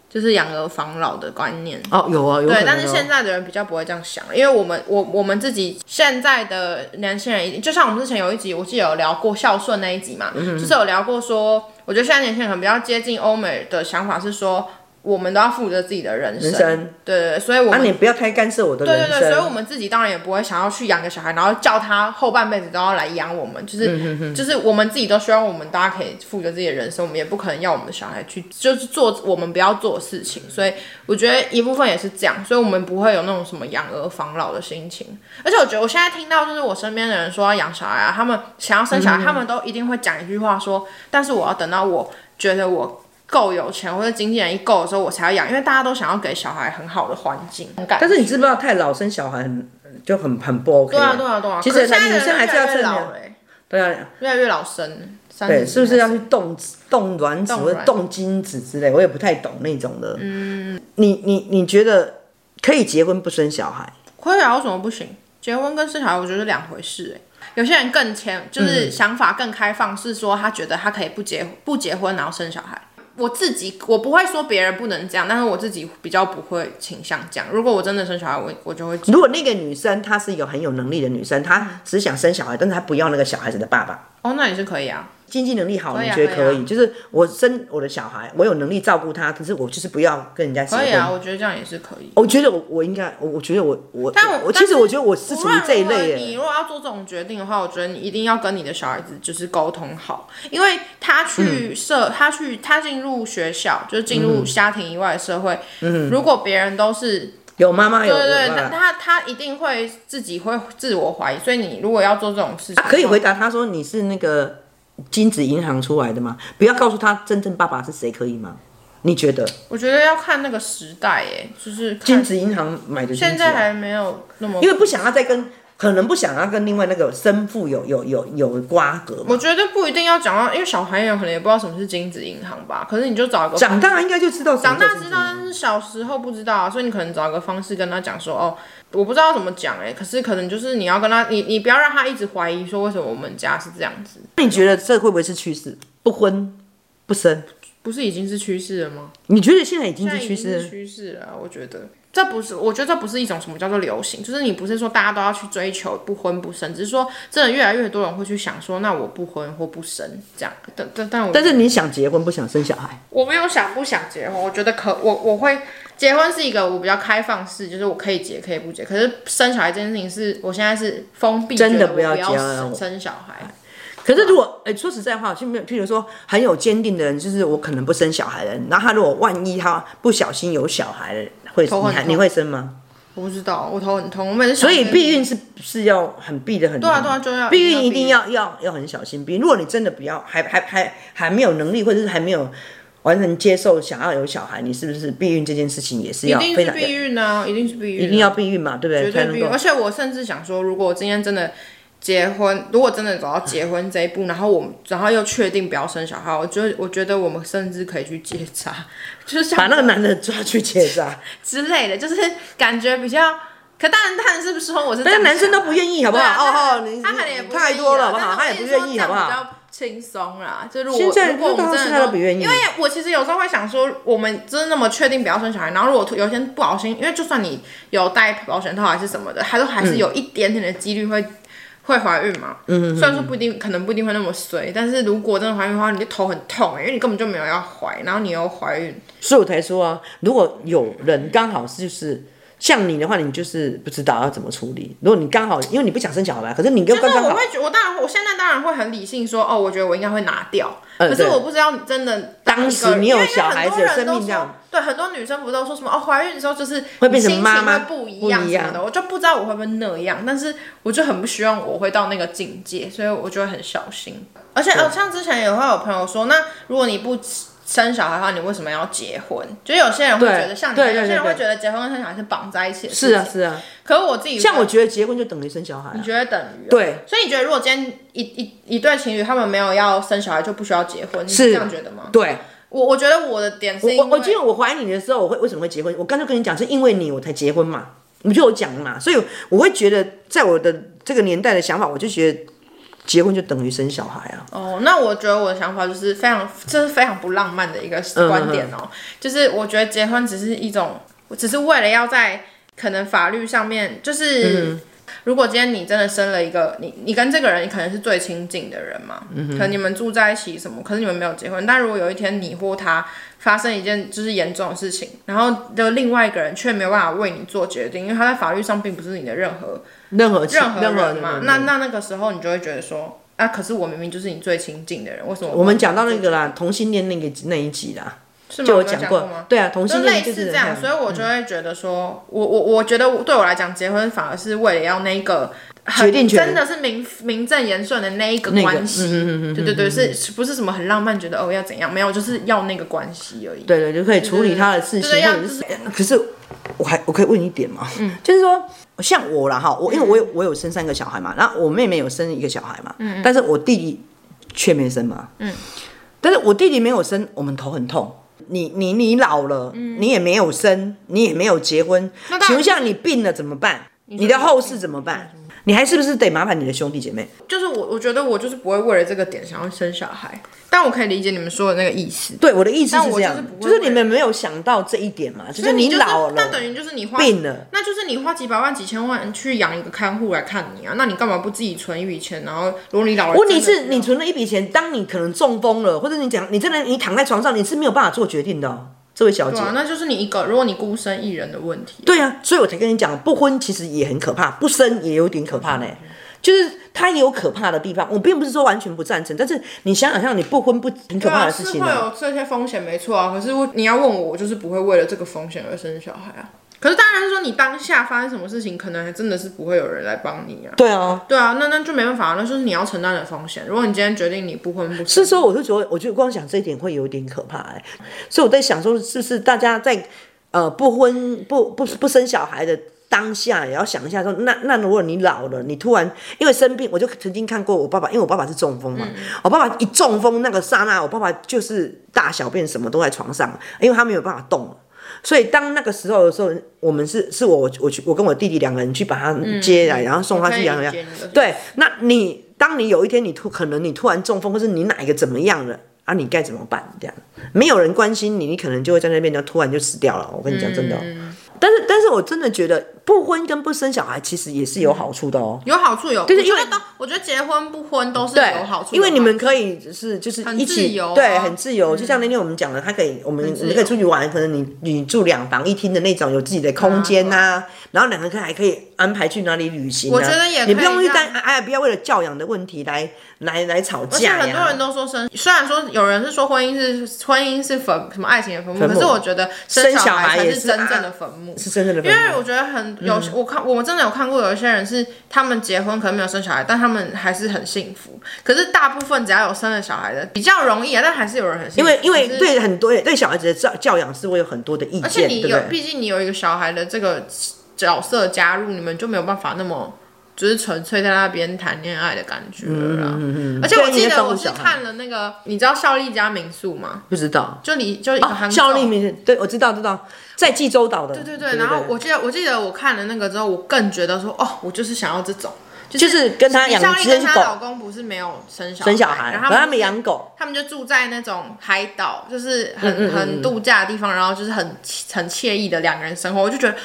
[SPEAKER 2] 就是养儿防老的观念。
[SPEAKER 1] 哦，有啊，有可能、
[SPEAKER 2] 对，
[SPEAKER 1] 哦。
[SPEAKER 2] 但是现在的人比较不会这样想，因为我们我我们自己现在的年轻人已经，就像我们之前有一集，我记得有聊过孝顺那一集嘛，
[SPEAKER 1] 嗯
[SPEAKER 2] 就是有聊过说，我觉得现在年轻人可能比较接近欧美的想法是说，我们都要负责自己的人生，
[SPEAKER 1] 人生
[SPEAKER 2] 对对对，所以我
[SPEAKER 1] 啊，
[SPEAKER 2] 们。
[SPEAKER 1] 你不要太干涉我的
[SPEAKER 2] 对
[SPEAKER 1] 人
[SPEAKER 2] 对
[SPEAKER 1] 生。
[SPEAKER 2] 对，所以我们自己当然也不会想要去养个小孩，然后叫他后半辈子都要来养我们，
[SPEAKER 1] 嗯
[SPEAKER 2] 就是、就是我们自己都希望我们大家可以负责自己的人生，我们也不可能要我们的小孩去就是做我们不要做的事情，所以我觉得一部分也是这样，所以我们不会有那种什么养儿防老的心情。而且我觉得我现在听到就是我身边的人说要养小孩啊，他们想要生小孩，
[SPEAKER 1] 嗯
[SPEAKER 2] 他们都一定会讲一句话说，但是我要等到我觉得我。够有钱或者经济能力够的时候，我才要养，因为大家都想要给小孩很好的环境。很感
[SPEAKER 1] 但是你知不知道太老生小孩很就很很不 OK？
[SPEAKER 2] 对啊，对啊，对啊。
[SPEAKER 1] 其
[SPEAKER 2] 可
[SPEAKER 1] 实
[SPEAKER 2] 是现在的
[SPEAKER 1] 女生
[SPEAKER 2] 人
[SPEAKER 1] 还是要
[SPEAKER 2] 越来越
[SPEAKER 1] 趁
[SPEAKER 2] 老
[SPEAKER 1] 年
[SPEAKER 2] 了欸，
[SPEAKER 1] 对啊，
[SPEAKER 2] 越来越老生。三
[SPEAKER 1] 对，
[SPEAKER 2] 十
[SPEAKER 1] 是不是要
[SPEAKER 2] 还
[SPEAKER 1] 去冻冻卵子
[SPEAKER 2] 冻
[SPEAKER 1] 或者
[SPEAKER 2] 卵
[SPEAKER 1] 冻精子之类？我也不太懂那种的。嗯，你你你觉得可以结婚不生小孩？
[SPEAKER 2] 会啊？为什么不行？结婚跟生小孩，我觉得是两回事哎、有些人更前，
[SPEAKER 1] 嗯
[SPEAKER 2] 就是想法更开放，是说他觉得他可以不结不结婚，然后生小孩。我自己我不会说别人不能这样，但是我自己比较不会倾向这样。如果我真的生小孩，我我就会
[SPEAKER 1] 如果那个女生她是有很有能力的女生，
[SPEAKER 2] 嗯
[SPEAKER 1] 她只想生小孩，但是她不要那个小孩子的爸爸，
[SPEAKER 2] 哦，那也是可以啊。
[SPEAKER 1] 经济能力好，
[SPEAKER 2] 可以
[SPEAKER 1] 你
[SPEAKER 2] 啊
[SPEAKER 1] 觉得
[SPEAKER 2] 可
[SPEAKER 1] 可
[SPEAKER 2] 以
[SPEAKER 1] 以？就是我生我的小孩，我有能力照顾他，可是我就是不要跟人家结
[SPEAKER 2] 可以
[SPEAKER 1] 婚
[SPEAKER 2] 啊，。我觉得这样也是可以。
[SPEAKER 1] 我觉得我我应该，我我觉得我我
[SPEAKER 2] 但我
[SPEAKER 1] 我
[SPEAKER 2] 但
[SPEAKER 1] 其实
[SPEAKER 2] 是
[SPEAKER 1] 我觉得我是
[SPEAKER 2] 无
[SPEAKER 1] 属于
[SPEAKER 2] 论
[SPEAKER 1] 这一
[SPEAKER 2] 如何
[SPEAKER 1] 类耶。
[SPEAKER 2] 你如果要做这种决定的话，我觉得你一定要跟你的小孩子就是沟通好，因为他
[SPEAKER 1] 嗯
[SPEAKER 2] 去社，他去他进入学校，就是进入家庭以外的社会。嗯，如果别人都是
[SPEAKER 1] 有妈妈有
[SPEAKER 2] 对对
[SPEAKER 1] 有
[SPEAKER 2] 对，
[SPEAKER 1] 爸爸
[SPEAKER 2] 他他一定会自己会自我怀疑，所以你如果要做这种事情，
[SPEAKER 1] 啊可以回答他说你是那个金子银行出来的吗？不要告诉他真正爸爸是谁，可以吗？你觉得
[SPEAKER 2] 我觉得要看那个时代，哎，就是
[SPEAKER 1] 金
[SPEAKER 2] 看
[SPEAKER 1] 子银行买的金子啊、
[SPEAKER 2] 现在还没有那么
[SPEAKER 1] 因为不想要再跟，可能不想要跟另外那个生父有有有有瓜葛嘛。
[SPEAKER 2] 我觉得不一定要讲到，因为小朋友可能也不知道什么是精子银行吧。可是你就找一个
[SPEAKER 1] 长大应该就知道什么
[SPEAKER 2] 长
[SPEAKER 1] 叫
[SPEAKER 2] 大
[SPEAKER 1] 金子
[SPEAKER 2] 知
[SPEAKER 1] 银
[SPEAKER 2] 道，
[SPEAKER 1] 行，
[SPEAKER 2] 但是小时候不知道啊，所以你可能找一个方式跟他讲说，哦，我不知道怎么讲哎、可是可能就是你要跟他，你你不要让他一直怀疑说为什么我们家是这样子，
[SPEAKER 1] 那你觉得这会不会是趋势？不婚不生，
[SPEAKER 2] 不是已经是趋势了吗？
[SPEAKER 1] 你觉得现在已经
[SPEAKER 2] 那
[SPEAKER 1] 是
[SPEAKER 2] 已
[SPEAKER 1] 趋
[SPEAKER 2] 经
[SPEAKER 1] 势
[SPEAKER 2] 是
[SPEAKER 1] 了？
[SPEAKER 2] 趋势了啊，我觉得这不是，我觉得这不是一种什么叫做流行，就是你不是说大家都要去追求不婚不生，只是说真的越来越多人会去想说，那我不婚或不生这样，但但但我
[SPEAKER 1] 但是你想结婚不想生小孩，
[SPEAKER 2] 我没有想不想结婚，我觉得可我我会结婚是一个我比较开放式，就是我可以结可以不结。可是生小孩这件事情是我现在是封闭，
[SPEAKER 1] 真的
[SPEAKER 2] 觉得我不
[SPEAKER 1] 不要结啊
[SPEAKER 2] 生
[SPEAKER 1] 我
[SPEAKER 2] 生小孩。
[SPEAKER 1] 可是如果哎、说实在话，就没有，譬如说很有坚定的人，就是我可能不生小孩的人，然后他如果万一他不小心有小孩了，会
[SPEAKER 2] 头很
[SPEAKER 1] 你还
[SPEAKER 2] 痛
[SPEAKER 1] 你会生吗？
[SPEAKER 2] 我不知道，我头很痛，我每次想
[SPEAKER 1] 所以
[SPEAKER 2] 这
[SPEAKER 1] 避孕是是要很避的很
[SPEAKER 2] 对啊对啊就要
[SPEAKER 1] 避
[SPEAKER 2] 一定要
[SPEAKER 1] 孕一
[SPEAKER 2] 避
[SPEAKER 1] 定要要要很小心避。如果你真的不要，还还还还没有能力，或者是还没有完全接受想要有小孩，你是不是避孕这件事情也是
[SPEAKER 2] 一
[SPEAKER 1] 要
[SPEAKER 2] 定
[SPEAKER 1] 非
[SPEAKER 2] 是
[SPEAKER 1] 常
[SPEAKER 2] 避孕啊，一定是避孕、
[SPEAKER 1] 一定要避孕嘛，对不
[SPEAKER 2] 绝
[SPEAKER 1] 对？才
[SPEAKER 2] 对
[SPEAKER 1] 能
[SPEAKER 2] 避孕。
[SPEAKER 1] 够
[SPEAKER 2] 而且我甚至想说，如果我今天真的结婚，如果真的走到结婚这一步，然后我们然后又确定不要生小孩，我觉得我觉得我们甚至可以去结扎，就是像
[SPEAKER 1] 把那个男的抓去 结扎，
[SPEAKER 2] 之类的，就是感觉比较。可当然，当然是不是说我是这
[SPEAKER 1] 但
[SPEAKER 2] 样想啊，
[SPEAKER 1] 是男生都不愿意，好不
[SPEAKER 2] 对啊
[SPEAKER 1] 好？
[SPEAKER 2] 他
[SPEAKER 1] 哦哦，你
[SPEAKER 2] 他可能也不
[SPEAKER 1] 太多了，好不好？他也
[SPEAKER 2] 愿
[SPEAKER 1] 不愿
[SPEAKER 2] 意啊
[SPEAKER 1] 意，好不？
[SPEAKER 2] 但是
[SPEAKER 1] 好？
[SPEAKER 2] 我跟你说这样比较
[SPEAKER 3] 轻松啦。就如果
[SPEAKER 1] 现在
[SPEAKER 3] 如果我
[SPEAKER 1] 这
[SPEAKER 3] 们
[SPEAKER 1] 个
[SPEAKER 3] 真
[SPEAKER 1] 是
[SPEAKER 3] 的
[SPEAKER 1] 他
[SPEAKER 3] 都
[SPEAKER 1] 的不愿意
[SPEAKER 2] 因为我其实有时候会想说，我们真的那么确定不要生小孩，然后如果突有一天不小心，因为就算你有戴保险套还是什么的，它都还是有一点点的几率
[SPEAKER 1] 嗯
[SPEAKER 2] 会、会怀孕嘛。嗯，虽然说不一定，可能不一定会那么衰，但是如果真的怀孕的话，你的头很痛、欸，因为你根本就没有要怀，然后你又怀孕，
[SPEAKER 1] 所以我才说啊，如果有人刚好是就是像你的话，你就是不知道要怎么处理。如果你刚好，因为你不想生小孩嘛，可是你又
[SPEAKER 2] 就
[SPEAKER 1] 刚
[SPEAKER 2] 是
[SPEAKER 1] 刚
[SPEAKER 2] 我
[SPEAKER 1] 好，
[SPEAKER 2] 会觉，我当然我现在当然会很理性说，哦，我觉得我应该会拿掉，
[SPEAKER 1] 嗯
[SPEAKER 2] 可是
[SPEAKER 1] 对
[SPEAKER 2] 我不知道你真的
[SPEAKER 1] 当时你有小孩子
[SPEAKER 2] 因为
[SPEAKER 1] 有
[SPEAKER 2] 很多人
[SPEAKER 1] 生
[SPEAKER 2] 都
[SPEAKER 1] 命这样
[SPEAKER 2] 说对，很多女生不都说什么哦，怀孕的时候就是
[SPEAKER 1] 会变成
[SPEAKER 2] 心情
[SPEAKER 1] 妈妈
[SPEAKER 2] 会不一样
[SPEAKER 1] 不一
[SPEAKER 2] 什
[SPEAKER 1] 样
[SPEAKER 2] 么的，我就不知道我会不会那样，但是我就很不希望我会到那个境界，所以我就会很小心。而且哦，像之前也会有朋友说，那如果你不生小孩的话，你为什么要结婚？就有些人会觉
[SPEAKER 1] 对
[SPEAKER 2] 得像你，
[SPEAKER 1] 对对
[SPEAKER 2] 有些人
[SPEAKER 1] 对
[SPEAKER 2] 会
[SPEAKER 1] 对
[SPEAKER 2] 觉得结婚跟生小孩是绑在一起的事
[SPEAKER 1] 是
[SPEAKER 2] 情。
[SPEAKER 1] 啊是啊，
[SPEAKER 2] 可是我自己
[SPEAKER 1] 像
[SPEAKER 2] 会
[SPEAKER 1] 我觉得结婚就等于生小孩、啊
[SPEAKER 2] 你，觉得等于啊
[SPEAKER 1] 对，
[SPEAKER 2] 所以你觉得如果今天一一一对情侣他们没有要生小孩，就不需要结婚，你
[SPEAKER 1] 是
[SPEAKER 2] 这样觉得吗？
[SPEAKER 1] 对。
[SPEAKER 2] 我我觉得我的点是因为
[SPEAKER 1] 我我记得我怀你的时候，我会为什么会结婚？我刚才跟你讲，是因为你我才结婚嘛，你就有讲嘛，所以我会觉得，在我的这个年代的想法，我就觉得结婚就等于生小孩啊。
[SPEAKER 2] 哦，那我觉得我的想法就是非常，这、是非常不浪漫的一个观点哦。就是我觉得结婚只是一种，只是为了要在可能法律上面，就是、如果今天你真的生了一个，你你跟这个人你可能是最亲近的人嘛，可能你们住在一起什么，可是你们没有结婚。但如果有一天你或他发生一件就是严重的事情，然后的另外一个人却没有办法为你做决定，因为他在法律上并不是你的任何
[SPEAKER 1] 任何
[SPEAKER 2] 任何
[SPEAKER 1] 任何
[SPEAKER 2] 人嘛，
[SPEAKER 1] 人
[SPEAKER 2] 那那那个时候你就会觉得说，啊，可是我明明就是你最亲近的人，为什么
[SPEAKER 1] 我们讲到那个啦，同性恋那个那一集啦，
[SPEAKER 2] 是吗？
[SPEAKER 1] 就
[SPEAKER 2] 我
[SPEAKER 1] 我
[SPEAKER 2] 有讲
[SPEAKER 1] 过
[SPEAKER 2] 吗，？
[SPEAKER 1] 对啊，同
[SPEAKER 2] 就
[SPEAKER 1] 性
[SPEAKER 2] 类
[SPEAKER 1] 恋就
[SPEAKER 2] 似
[SPEAKER 1] 是
[SPEAKER 2] 这样，所以我就
[SPEAKER 1] 嗯
[SPEAKER 2] 会觉得说，我我我觉得我对我来讲，结婚反而是为了要那个很
[SPEAKER 1] 决定权
[SPEAKER 2] 真的是名名正言顺的那一个
[SPEAKER 1] 那个嗯
[SPEAKER 2] 关系，对对对，是是不是什么很浪漫，觉得哦要怎样？没有，就是要那个关系而已。
[SPEAKER 1] 对对，就可以处理他的事情，
[SPEAKER 2] 对对对
[SPEAKER 1] 或者是可是我还我可以问一点嘛，嗯，就是说像我啦哈，我因为
[SPEAKER 2] 嗯
[SPEAKER 1] 我有我有生三个小孩嘛，然后我妹妹有生一个小孩嘛，嗯，但是我弟弟却没生嘛，嗯，但是我弟弟没有生，我们头很痛。你你你老了，你也没有生，你也没有结婚，
[SPEAKER 2] 嗯当然
[SPEAKER 1] 请问一下，你病了怎么办？你的后事怎么办？你还是不是得麻烦你的兄弟姐妹？
[SPEAKER 2] 就是我我觉得我就是不会为了这个点想要生小孩，但我可以理解你们说的那个意思。
[SPEAKER 1] 对，我的意思
[SPEAKER 2] 但
[SPEAKER 1] 是
[SPEAKER 2] 我
[SPEAKER 1] 这样
[SPEAKER 2] 就是不，会
[SPEAKER 1] 就是你
[SPEAKER 2] 为
[SPEAKER 1] 们没有想到这一点嘛，就是
[SPEAKER 2] 你就是
[SPEAKER 1] 老了
[SPEAKER 2] 那，等于就是你花
[SPEAKER 1] 病了，
[SPEAKER 2] 那就是你花几百万、几千万去养一个看护来看你啊，那你干嘛不自己存一笔钱？然后如果你老了，
[SPEAKER 1] 问题
[SPEAKER 2] 真的
[SPEAKER 1] 是你存了一笔钱，当你可能中风了，或者你讲你真的你躺在床上，你是没有办法做决定的、哦，这位小姐
[SPEAKER 2] 对。啊，那就是你一个，如果你孤身一人的问题，
[SPEAKER 1] 对啊，所以我才跟你讲，不婚其实也很可怕，不生也有点可怕呢。
[SPEAKER 2] 嗯
[SPEAKER 1] 就是它也有可怕的地方，我并不是说完全不赞成，但是你想想像你不婚不很可
[SPEAKER 2] 对
[SPEAKER 1] 怕
[SPEAKER 2] 啊，
[SPEAKER 1] 的事
[SPEAKER 2] 是
[SPEAKER 1] 情
[SPEAKER 2] 会
[SPEAKER 1] 啊
[SPEAKER 2] 有这些风险，没错啊。可是我你要问我，我就是不会为了这个风险而生小孩啊。可是当然是说你当下发生什么事情，可能还真的是不会有人来帮你啊。
[SPEAKER 1] 对啊，
[SPEAKER 2] 对啊，那那就没办法啊，那就是你要承担的风险。如果你今天决定你不婚不
[SPEAKER 1] 是
[SPEAKER 2] 生，
[SPEAKER 1] 说，我就觉得，我觉得光想这一点会有点可怕哎、所以我在想说，是不是大家在呃不婚不不不生小孩的当下，也要想一下说，那那如果你老了，你突然因为生病，我就曾经看过我爸爸，因为我爸爸是中风嘛，我爸爸一中风那个刹那，我爸爸就是大小便什么都在床上，因为他没有办法动了。所以当那个时候的时候，我们是是我我去我跟我弟弟两个人去把他接来，然后送他去养老院。
[SPEAKER 2] 对
[SPEAKER 1] 对，那你当你有一天你突可能你突然中风，或是你哪一个怎么样了啊，你该怎么办？这样没有人关心你，你可能就会在那边就突然就死掉了。我跟你讲真的哦、但是但是我真的觉得不婚跟不生小孩其实也是有好处的哦。
[SPEAKER 2] 有好处有，
[SPEAKER 1] 就是
[SPEAKER 2] 我觉得
[SPEAKER 1] 因为
[SPEAKER 2] 都我觉得结婚不婚都是
[SPEAKER 1] 对
[SPEAKER 2] 嗯有好处，的
[SPEAKER 1] 因为你
[SPEAKER 2] 嘛
[SPEAKER 1] 们可以就是就是
[SPEAKER 2] 很
[SPEAKER 1] 一
[SPEAKER 2] 自
[SPEAKER 1] 起、
[SPEAKER 2] 由啊
[SPEAKER 1] 对，很自由。就像那天我们讲的，他可以我们
[SPEAKER 2] 自
[SPEAKER 1] 我
[SPEAKER 2] 由
[SPEAKER 1] 们可以出去玩，可能你你住两房一厅的那种，有自己的空间呐、然后两个人还可以安排去哪里旅行、啊。
[SPEAKER 2] 嗯我觉得也可
[SPEAKER 1] 你
[SPEAKER 2] 以
[SPEAKER 1] 不用去
[SPEAKER 2] 让
[SPEAKER 1] 担哎，不要为了教养的问题来来来吵
[SPEAKER 2] 而且
[SPEAKER 1] 架呀、
[SPEAKER 2] 很多人都说生，虽然说有人是说婚姻是婚姻是坟什么爱情的坟墓，
[SPEAKER 1] 坟墓
[SPEAKER 2] 可是我觉得生
[SPEAKER 1] 生
[SPEAKER 2] 小
[SPEAKER 1] 小
[SPEAKER 2] 孩
[SPEAKER 1] 孩
[SPEAKER 2] 才
[SPEAKER 1] 也
[SPEAKER 2] 是
[SPEAKER 1] 是啊
[SPEAKER 2] 真正的坟墓。
[SPEAKER 1] 是嗯真正的
[SPEAKER 2] 因
[SPEAKER 1] 分
[SPEAKER 2] 为
[SPEAKER 1] 开。
[SPEAKER 2] 我觉得很有，我看我真的有看过有一些人是他们结婚可能没有生小孩，但他们还是很幸福。可是大部分只要有生了小孩的比较容易啊，但还是有人很
[SPEAKER 1] 因
[SPEAKER 2] 幸福。
[SPEAKER 1] 为因为
[SPEAKER 2] 可是
[SPEAKER 1] 对很多对小孩子的教教养是会有很多的意
[SPEAKER 2] 而
[SPEAKER 1] 见，
[SPEAKER 2] 且你
[SPEAKER 1] 对
[SPEAKER 2] 有，
[SPEAKER 1] 不对？
[SPEAKER 2] 毕竟你有一个小孩的这个角色加入，你们就没有办法那么就是纯粹在那边谈恋爱的感觉了
[SPEAKER 1] 嗯
[SPEAKER 2] 啦。而且我
[SPEAKER 1] 对你
[SPEAKER 2] 记
[SPEAKER 1] 在
[SPEAKER 2] 得
[SPEAKER 1] 照顾
[SPEAKER 2] 我是
[SPEAKER 1] 小孩
[SPEAKER 2] 看了那个，你知道孝利家民宿吗？
[SPEAKER 1] 不知道
[SPEAKER 2] 就你就一个
[SPEAKER 1] 哦，
[SPEAKER 2] 韩国
[SPEAKER 1] 效力名对我知道知道，在济州岛的，
[SPEAKER 2] 对
[SPEAKER 1] 对
[SPEAKER 2] 对对，然后我记得我记得我看了那个之后，我更觉得说，哦，我就是想要这种，就
[SPEAKER 1] 就是跟她养
[SPEAKER 2] 李孝利
[SPEAKER 1] 只
[SPEAKER 2] 跟
[SPEAKER 1] 是
[SPEAKER 2] 她
[SPEAKER 1] 狗
[SPEAKER 2] 老公不是没有生小
[SPEAKER 1] 生小孩，
[SPEAKER 2] 然
[SPEAKER 1] 然
[SPEAKER 2] 后
[SPEAKER 1] 后他们
[SPEAKER 2] 就是
[SPEAKER 1] 养嗯狗，
[SPEAKER 2] 他们就住在那种海岛，就是很、很度假的地方，然后就是很很惬意的两个人生活，我就觉得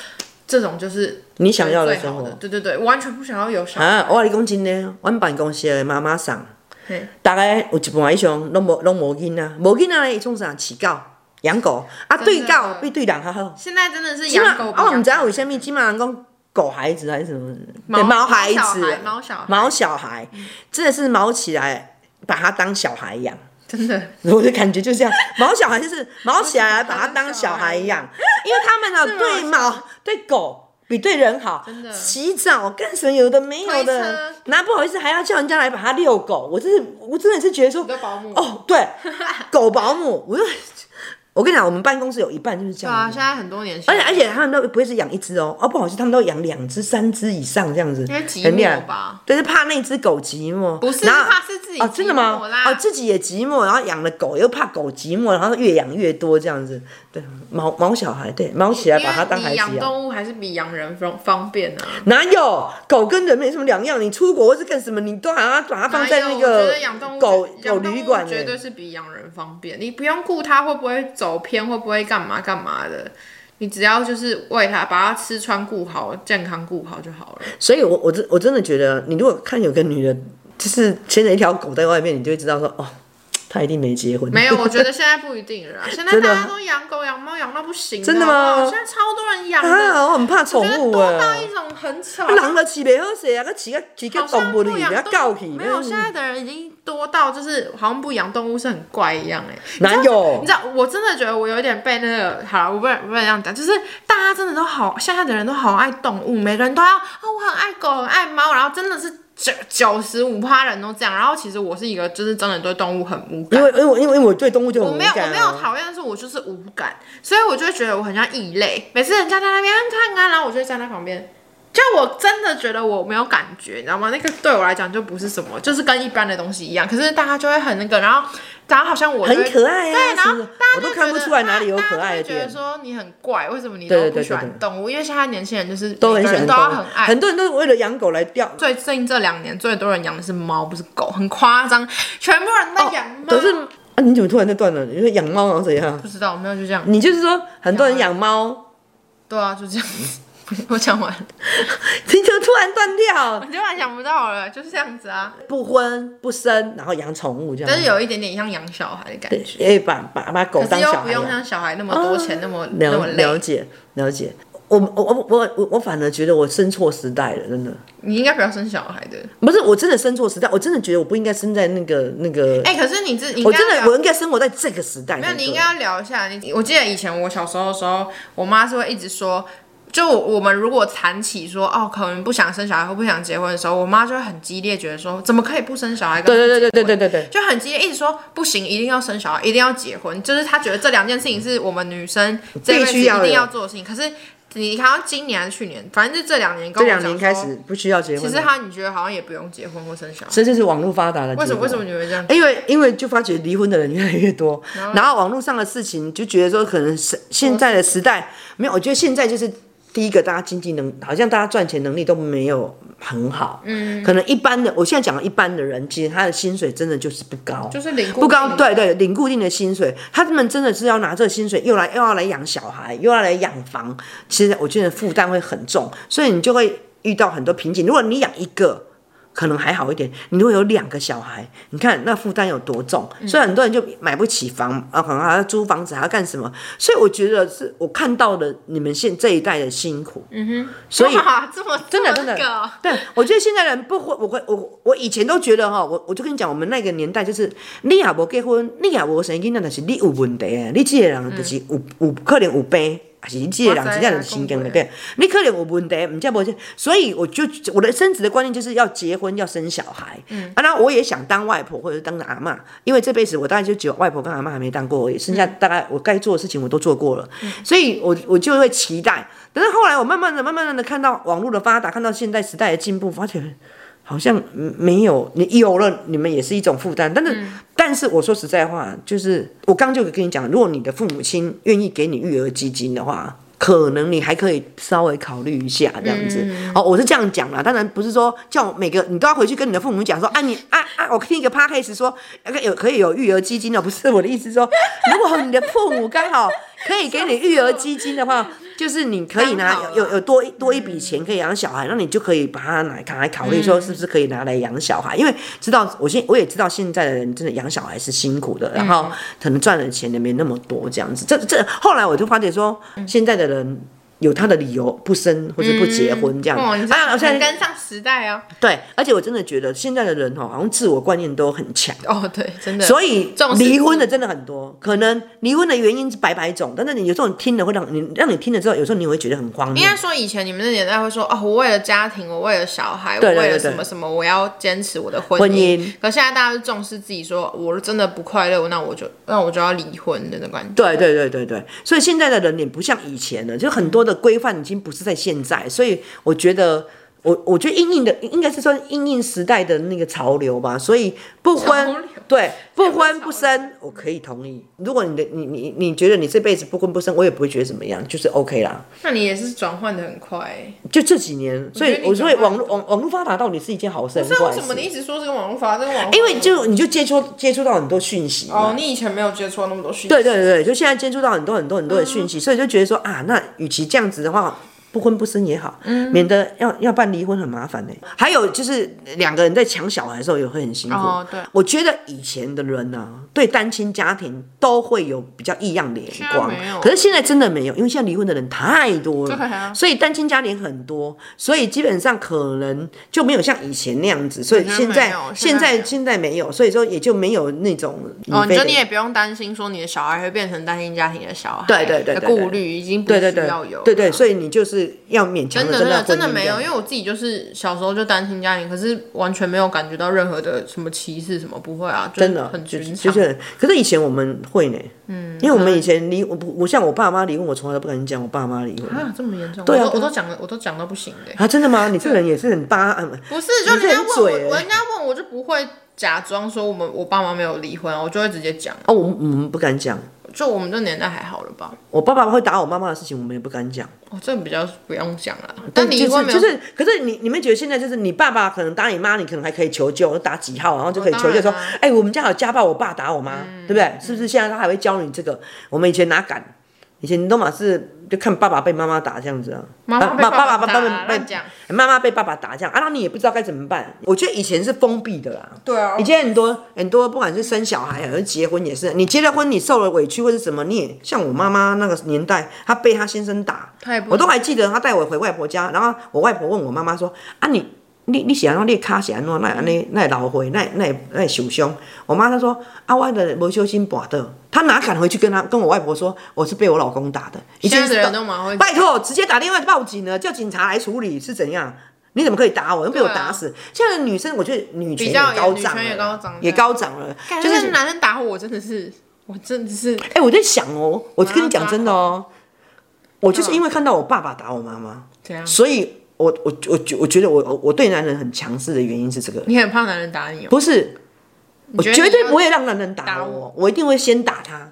[SPEAKER 2] 这种就是
[SPEAKER 1] 你想要的
[SPEAKER 2] 最
[SPEAKER 1] 生
[SPEAKER 2] 好
[SPEAKER 1] 活
[SPEAKER 2] 的，对对对，我完全不想要有小孩，
[SPEAKER 1] 啊！我跟你讲真的，阮办公室的妈妈桑
[SPEAKER 2] 嘿，
[SPEAKER 1] 大概有一半以上拢无拢无囡仔，无囡仔咧，伊创啥饲狗、养狗啊，
[SPEAKER 2] 真
[SPEAKER 1] 对
[SPEAKER 2] 的
[SPEAKER 1] 狗比对人较好。
[SPEAKER 2] 现在真的是
[SPEAKER 1] 起码
[SPEAKER 2] 养狗比
[SPEAKER 1] 啊，我
[SPEAKER 2] 养
[SPEAKER 1] 们知道为什么，起码人讲狗孩子还是什么，
[SPEAKER 2] 毛
[SPEAKER 1] 对毛孩
[SPEAKER 2] 毛小
[SPEAKER 1] 子
[SPEAKER 2] 孩、嗯毛小孩，
[SPEAKER 1] 毛小孩，真的是毛起来，把它当小孩养。
[SPEAKER 2] 真的
[SPEAKER 1] 我的感觉就是这样，毛小孩 就是毛起来，把它当小孩养，因为他们 呢、对毛对狗比对人好
[SPEAKER 2] 真的，
[SPEAKER 1] 洗澡干什么有的没有
[SPEAKER 2] 推
[SPEAKER 1] 的
[SPEAKER 2] 车，
[SPEAKER 1] 那不好意思还要叫人家来把它遛狗，我真是我真的是觉得说
[SPEAKER 2] 你的保姆
[SPEAKER 1] 哦， 对，狗保姆，我就 我跟你讲，我们办公室有一半就是这
[SPEAKER 2] 对
[SPEAKER 1] 样
[SPEAKER 2] 啊，
[SPEAKER 1] 的。
[SPEAKER 2] 现在很多年轻
[SPEAKER 1] 而且
[SPEAKER 2] 人，
[SPEAKER 1] 而且他们都不会是养一只哦，哦不好意思，他们都养两只、三只以上这样子，
[SPEAKER 2] 因为寂
[SPEAKER 1] 很厉害
[SPEAKER 2] 寞吧，
[SPEAKER 1] 对，是怕那只狗寂寞，
[SPEAKER 2] 不是
[SPEAKER 1] 然后
[SPEAKER 2] 是怕是自己
[SPEAKER 1] 哦，真的吗
[SPEAKER 2] 寂寞啦？
[SPEAKER 1] 哦，自己也寂寞，然后养了狗，又怕狗寂寞，然后越养越多这样子。对，毛毛小孩，对，毛起来把它当
[SPEAKER 2] 因为
[SPEAKER 1] 孩子
[SPEAKER 2] 你养
[SPEAKER 1] 养。
[SPEAKER 2] 动物还是比养人方方便啊。
[SPEAKER 1] 哪有狗跟人没什么两样？你出国或是干什么，你都把它把它放在那
[SPEAKER 2] 哪有我觉
[SPEAKER 1] 个
[SPEAKER 2] 得养动物
[SPEAKER 1] 狗狗
[SPEAKER 2] 养动物
[SPEAKER 1] 旅馆、
[SPEAKER 2] 绝
[SPEAKER 1] 欸。
[SPEAKER 2] 对是比养人方便。你不用顾它会不会走偏，会不会干嘛干嘛的，你只要就是喂它，把它吃穿顾好，健康顾好 就好了。
[SPEAKER 1] 所以我，我真我真的觉得，你如果看有个女的，就是牵着一条狗在外面，你就会知道说，哦，她一定没结婚。
[SPEAKER 2] 没有，我觉得现在不一定了啦，现在
[SPEAKER 1] 真的
[SPEAKER 2] 大
[SPEAKER 1] 啊
[SPEAKER 2] 家都养狗养猫养到不行了，
[SPEAKER 1] 真的吗
[SPEAKER 2] 好不好现在超多人养的，
[SPEAKER 1] 啊，我很怕宠
[SPEAKER 2] 我觉得
[SPEAKER 1] 物
[SPEAKER 2] 多到
[SPEAKER 1] 啊
[SPEAKER 2] 一。种很丑。
[SPEAKER 1] 人都饲袂好势啊，佮饲个饲个
[SPEAKER 2] 好像
[SPEAKER 1] 动物
[SPEAKER 2] 不
[SPEAKER 1] 里，
[SPEAKER 2] 养
[SPEAKER 1] 佮
[SPEAKER 2] 动
[SPEAKER 1] 狗去。
[SPEAKER 2] 没有，现在的人已经多到就是好像不养动物是很怪一样哎、
[SPEAKER 1] 哪有
[SPEAKER 2] 你？知道，我真的觉得我有一点被那个好了，我不能不能这样讲，就是大家真的都好，现在的人都好爱动物，每个人都要啊、我很爱狗，很爱猫，然后真的是九九十五趴人都这样。然后其实我是一个，就是真的对动物很无
[SPEAKER 1] 因
[SPEAKER 2] 感。
[SPEAKER 1] 为因为我因为我对动物就
[SPEAKER 2] 我
[SPEAKER 1] 很无
[SPEAKER 2] 没有，我
[SPEAKER 1] 感、啊、
[SPEAKER 2] 没有讨厌，但是我就是无感，所以我就会觉得我很像异类。每次人家在那边看啊看，然后我就会站在旁边，就我真的觉得我没有感觉，你知道吗？那个对我来讲就不是什么，就是跟一般的东西一样。可是大家就会很那个，然后，然后好像我就会
[SPEAKER 1] 很可爱
[SPEAKER 2] 对，
[SPEAKER 1] 啊，
[SPEAKER 2] 然
[SPEAKER 1] 是
[SPEAKER 2] 后
[SPEAKER 1] 不是
[SPEAKER 2] 大家
[SPEAKER 1] 我
[SPEAKER 2] 就
[SPEAKER 1] 都看不
[SPEAKER 2] 觉得
[SPEAKER 1] 出来哪里有
[SPEAKER 2] 大家
[SPEAKER 1] 可爱的
[SPEAKER 2] 就会觉
[SPEAKER 1] 点
[SPEAKER 2] 得，说你很怪，为什么你
[SPEAKER 1] 对
[SPEAKER 2] 都
[SPEAKER 1] 对
[SPEAKER 2] 不
[SPEAKER 1] 对
[SPEAKER 2] 喜欢
[SPEAKER 1] 对
[SPEAKER 2] 动物？因为现在年轻人就是
[SPEAKER 1] 都很
[SPEAKER 2] 每个
[SPEAKER 1] 喜欢
[SPEAKER 2] 人都
[SPEAKER 1] 动
[SPEAKER 2] 要
[SPEAKER 1] 物
[SPEAKER 2] 很爱。
[SPEAKER 1] 很多人都是为了养狗来钓，
[SPEAKER 2] 最近这两年最多人养的是猫，不是狗，很夸张，全部人都在养猫。
[SPEAKER 1] 哦可是啊，你怎么突然就断了？你说养猫然后怎 样？
[SPEAKER 2] 不知道，没有就这样。
[SPEAKER 1] 你就是说很多人养猫，
[SPEAKER 2] 对啊，就这样。 我讲完了，
[SPEAKER 1] 你就突然断
[SPEAKER 2] 我
[SPEAKER 1] 掉，
[SPEAKER 2] 突然想不到了，就是这样子啊。
[SPEAKER 1] 不婚不生，然后养宠物这
[SPEAKER 2] 但
[SPEAKER 1] 样
[SPEAKER 2] 是，有一点点像养小孩的感
[SPEAKER 1] 对
[SPEAKER 2] 觉，，
[SPEAKER 1] 也把把把狗
[SPEAKER 2] 可
[SPEAKER 1] 当
[SPEAKER 2] 是又
[SPEAKER 1] 小
[SPEAKER 2] 不
[SPEAKER 1] 孩
[SPEAKER 2] 用
[SPEAKER 1] 养。
[SPEAKER 2] 像小孩那么多钱，那么那么
[SPEAKER 1] 了了
[SPEAKER 2] 累。
[SPEAKER 1] 解了解，我我我我我我反而觉得我生错时代了，真的
[SPEAKER 2] 你应该不要生小孩的。
[SPEAKER 1] 不是我真的生错时代，我真的觉得我不应该生在那个那个，
[SPEAKER 2] 哎，可是你自己，
[SPEAKER 1] 我真
[SPEAKER 2] 你应该要
[SPEAKER 1] 的我应该生活在这个时代才对。
[SPEAKER 2] 没有，你应该要聊一下。你我记得以前我小时候的时候，我妈是会一直说，就我我们如果谈起说哦，可能不想生小孩或不想结婚的时候，我妈就会很激烈，觉得说怎么可以不生小孩？
[SPEAKER 1] 对对对对对对对对。
[SPEAKER 2] 就很激烈，一直说不行，一定要生小孩，一定要结婚，就是她觉得这两件事情是我们女生这辈
[SPEAKER 1] 必
[SPEAKER 2] 子
[SPEAKER 1] 须
[SPEAKER 2] 一
[SPEAKER 1] 要有
[SPEAKER 2] 定要做的事情。可是你好像今年还是去年，反正就这两年
[SPEAKER 1] 这
[SPEAKER 2] 跟我
[SPEAKER 1] 两
[SPEAKER 2] 讲
[SPEAKER 1] 年
[SPEAKER 2] 说
[SPEAKER 1] 开，始不需要结
[SPEAKER 2] 其
[SPEAKER 1] 婚
[SPEAKER 2] 实
[SPEAKER 1] 了，
[SPEAKER 2] 她你觉得好像也不用结婚或生小孩，
[SPEAKER 1] 这就是网哎络发达的。
[SPEAKER 2] 为什么为什么？你会这样？
[SPEAKER 1] 因为因为就发觉离婚的人越来越多，
[SPEAKER 2] 哦
[SPEAKER 1] 然后网络上的事情就觉得说，可能是现在的时代没有，我觉得现在就是第一个，大家经济能好像大家赚钱能力都没有很好，嗯，可能一般的，我现在讲一般的人，其实他的薪水真的就是不高，
[SPEAKER 2] 就是领
[SPEAKER 1] 不高，
[SPEAKER 2] 固定
[SPEAKER 1] 对对，领固定的薪水，他们真的是要拿这个薪水，又来又要来养小孩，又要来养房，其实我觉得负担会很重，所以你就会遇到很多瓶颈。如果你养一个，可能还好一点，你如果有两个小孩，你看那负担有多重，
[SPEAKER 2] 嗯
[SPEAKER 1] 所以很多人就买不起房，啊，可能还要租房子，还要干什么？所以我觉得是我看到了你们现这一代的辛苦，嗯哼，所以
[SPEAKER 2] 哇 这么
[SPEAKER 1] 真的
[SPEAKER 2] 这
[SPEAKER 1] 真
[SPEAKER 2] 么那
[SPEAKER 1] 的
[SPEAKER 2] 个哦，
[SPEAKER 1] 对，我觉得现在人不会，我会我我以前都觉得哈，我我就跟你讲，我们那个年代就是你也无结婚，你也无生囡仔，但是你有问题的，你这个人就是有、有可能有病，还是你这个人真正有神经的病，你可能有问题，唔叫无这，所以我就我的生子的观念就是要结婚，要生小孩，嗯，啊，那我也想当外婆或者是当阿嬷，因为这辈子我大概就只有外婆跟阿嬷还没当过而已，剩下大概我该做的事情我都做过了，所以我我就会期待。但是后来我慢慢的、慢慢的看到网络的发达，看到现代时代的进步，发觉好像嗯没有你有了，你们也是一种负担。但是，但是我说实在话，就是我刚就跟你讲，如果你的父母亲愿意给你育儿基金的话，可能你还可以稍微考虑一下这样子。哦，我是这样讲啦，当然不是说叫每个你都要回去跟你的父母讲说，啊你啊啊，我听一个 p a c a s e 说呃有可以有育儿基金哦的，不是我的意思说，如果你的父母刚好可以给你育儿基金的话，就是你可以拿
[SPEAKER 2] 刚好啦
[SPEAKER 1] 有有呃多一多一
[SPEAKER 2] 嗯
[SPEAKER 1] 笔钱可以养小孩，那你就可以把它拿拿来考虑说是不是可以拿来养小孩，因为知道我现我也知道现在的人真的养小孩是辛苦
[SPEAKER 2] 嗯
[SPEAKER 1] 的，然后可能赚的钱也没那么多这样子。这这后来我就发觉说，
[SPEAKER 2] 嗯
[SPEAKER 1] 现在的人有他的理由不生或者不结婚这样。
[SPEAKER 2] 哦，你这
[SPEAKER 1] 啊，我
[SPEAKER 2] 很
[SPEAKER 1] 现在
[SPEAKER 2] 跟上时代哦。
[SPEAKER 1] 对，而且我真的觉得现在的人哦，好像自我观念都很强。
[SPEAKER 2] 哦，对，真的。
[SPEAKER 1] 所以
[SPEAKER 2] 重视
[SPEAKER 1] 离婚的真的很多，可能离婚的原因是百百种，但是你有时候你听了会让你让你听了之后，有时候你会觉得很荒谬
[SPEAKER 2] 应。该说，以前你们的年代会说，哦，我为了家庭，我为了小孩，
[SPEAKER 1] 对对
[SPEAKER 2] 我为了
[SPEAKER 1] 对对
[SPEAKER 2] 什么什么，我要坚持我的婚
[SPEAKER 1] 婚姻
[SPEAKER 2] 可现在大家都重视自己说，我真的不快乐，那我就那我就要离婚的那种感觉。
[SPEAKER 1] 对对对对对，所以现在的人也不像以前了，就很多的规范已经不是在现在，所以我觉得。我我觉得应应的应该是说应应时代的那个潮流吧，所以不
[SPEAKER 2] 潮
[SPEAKER 1] 婚
[SPEAKER 2] 流
[SPEAKER 1] 对不婚
[SPEAKER 2] 潮流
[SPEAKER 1] 不生，我可以同意。如果你的你你你觉得你这辈子不婚不生，我也不会觉得怎么样，就是 OK 啦。
[SPEAKER 2] 那你也是转换的很快、欸。
[SPEAKER 1] 就这几年，所以
[SPEAKER 2] 觉得
[SPEAKER 1] 我
[SPEAKER 2] 你
[SPEAKER 1] 所以
[SPEAKER 2] 转
[SPEAKER 1] 网
[SPEAKER 2] 换
[SPEAKER 1] 络网网络发达到底是一件好事还是
[SPEAKER 2] 那
[SPEAKER 1] 坏
[SPEAKER 2] 为
[SPEAKER 1] 事
[SPEAKER 2] 什？么你一直说这个网络法？这个网络法
[SPEAKER 1] 因为就你就接触接触到很多讯息嘛，
[SPEAKER 2] 哦，你以前没有接触到那么多讯息。
[SPEAKER 1] 对对对，就现在接触到很多很多很
[SPEAKER 2] 嗯
[SPEAKER 1] 多的讯息，所以就觉得说啊，那与其这样子的话，不婚不生也好，
[SPEAKER 2] 嗯
[SPEAKER 1] 免得要要办离婚很麻烦呢、还有就是两个人在抢小孩的时候也会很辛苦。
[SPEAKER 2] 哦对
[SPEAKER 1] 我觉得以前的人呢、啊对单亲家庭都会有比较异样的眼光
[SPEAKER 2] 现在没有，
[SPEAKER 1] 可是现在真的没有，因为现在离婚的人太多了，
[SPEAKER 2] 对啊
[SPEAKER 1] 所以单亲家庭很多，所以基本上可能就没有像以前那样子，所以
[SPEAKER 2] 觉得
[SPEAKER 1] 现
[SPEAKER 2] 没
[SPEAKER 1] 在
[SPEAKER 2] 有现
[SPEAKER 1] 现
[SPEAKER 2] 在没有
[SPEAKER 1] 在现在没有，所以说也就没有那种
[SPEAKER 2] 哦，你
[SPEAKER 1] 非
[SPEAKER 2] 就
[SPEAKER 1] 得
[SPEAKER 2] 你也不用担心说你的小孩会变成单亲家庭的小孩，
[SPEAKER 1] 对对对对
[SPEAKER 2] 的
[SPEAKER 1] 对
[SPEAKER 2] 顾虑已经不
[SPEAKER 1] 对对
[SPEAKER 2] 需
[SPEAKER 1] 对
[SPEAKER 2] 要有了，
[SPEAKER 1] 对对，所以你就是要勉强
[SPEAKER 2] 真
[SPEAKER 1] 地跟
[SPEAKER 2] 的真
[SPEAKER 1] 他
[SPEAKER 2] 的真
[SPEAKER 1] 婚
[SPEAKER 2] 的
[SPEAKER 1] 姻
[SPEAKER 2] 没
[SPEAKER 1] 一
[SPEAKER 2] 有，
[SPEAKER 1] 样
[SPEAKER 2] 因为我自己就是小时候就单亲家庭，可是完全没有感觉到任何的什么歧视什么，不会啊，就是
[SPEAKER 1] 真的
[SPEAKER 2] 很
[SPEAKER 1] 就
[SPEAKER 2] 均
[SPEAKER 1] 就
[SPEAKER 2] 常。
[SPEAKER 1] 是，可是以前我们会呢，嗯，因为我们以前离我不我像我爸妈离婚，我从来都不敢讲我爸妈离婚。
[SPEAKER 2] 啊，这么严重？
[SPEAKER 1] 对啊
[SPEAKER 2] 我都我
[SPEAKER 1] 对啊
[SPEAKER 2] 都讲了，我都讲到不行的、
[SPEAKER 1] 啊，真的吗？你这人也是很巴，嗯
[SPEAKER 2] 不是，就
[SPEAKER 1] 你这
[SPEAKER 2] 人家
[SPEAKER 1] 很
[SPEAKER 2] 问我，
[SPEAKER 1] 嘴欸
[SPEAKER 2] 我人家问我就不会假装说我们我爸妈没有离婚啊，我就会直接讲。
[SPEAKER 1] 哦，我们我们不敢讲，
[SPEAKER 2] 就我们这年代还好了吧？
[SPEAKER 1] 我爸爸会打我妈妈的事情，我们也不敢讲。
[SPEAKER 2] 哦，这比较不用讲了。但离
[SPEAKER 1] 就是
[SPEAKER 2] 婚没有
[SPEAKER 1] 就是，可是你你们觉得现在就是你爸爸可能打你妈，你可能还可以求救，打几号，然后就可以求救
[SPEAKER 2] 哦当然
[SPEAKER 1] 说
[SPEAKER 2] 啊，嗯
[SPEAKER 1] 哎、我们家有家暴，我爸打我妈，对不对？是不是现在他还会教你这个？我们以前哪敢？以前都嘛是就看爸爸被妈妈打这样子啊，
[SPEAKER 2] 妈妈
[SPEAKER 1] 啊
[SPEAKER 2] 被爸
[SPEAKER 1] 爸
[SPEAKER 2] 爸打
[SPEAKER 1] 爸被
[SPEAKER 2] 乱讲
[SPEAKER 1] 被妈妈被爸爸打这样啊，那你也不知道该怎么办。我觉得以前是封闭的啦，
[SPEAKER 2] 对啊
[SPEAKER 1] 以前很多很多，不管是生小孩还是结婚也是，你结了婚，你受了委屈或是什么，你也像我妈妈那个年代，她被她先生打，
[SPEAKER 2] 她也不
[SPEAKER 1] 我都还记得她带我回外婆家，然后我外婆问我妈妈说：“啊你，你你是安怎，你的脚是安怎，那那那老回，那那那受伤？”我妈她说：“啊，我的没小心拔的。”她哪敢回去跟她跟我外婆说我是被我老公打的？以
[SPEAKER 2] 现在
[SPEAKER 1] 前
[SPEAKER 2] 的
[SPEAKER 1] 是
[SPEAKER 2] 人都蛮会
[SPEAKER 1] 拜托，直接打电话报警了，叫警察来处理是怎样？你怎么可以打我？又被我
[SPEAKER 2] 对啊
[SPEAKER 1] 打死！现在的女生，我觉得女权
[SPEAKER 2] 比较
[SPEAKER 1] 高
[SPEAKER 2] 有
[SPEAKER 1] 涨了，
[SPEAKER 2] 女权也高涨
[SPEAKER 1] 也高涨了。
[SPEAKER 2] 感
[SPEAKER 1] 就
[SPEAKER 2] 觉
[SPEAKER 1] 是
[SPEAKER 2] 是男生打我，我真的是，我真的是
[SPEAKER 1] 哎、我在想哦，我跟你
[SPEAKER 2] 马
[SPEAKER 1] 讲
[SPEAKER 2] 上
[SPEAKER 1] 真的哦，我
[SPEAKER 2] 嗯
[SPEAKER 1] 就是因为看到我爸爸打我妈妈，
[SPEAKER 2] 怎样？
[SPEAKER 1] 所以我我我觉我觉得我我我对男人很强势的原因是这个，
[SPEAKER 2] 你很怕男人打你哦、
[SPEAKER 1] 不是，我
[SPEAKER 2] 觉得
[SPEAKER 1] 绝
[SPEAKER 2] 你
[SPEAKER 1] 对
[SPEAKER 2] 要
[SPEAKER 1] 不会让男人打
[SPEAKER 2] 打
[SPEAKER 1] 我，
[SPEAKER 2] 我
[SPEAKER 1] 我一定会先打他。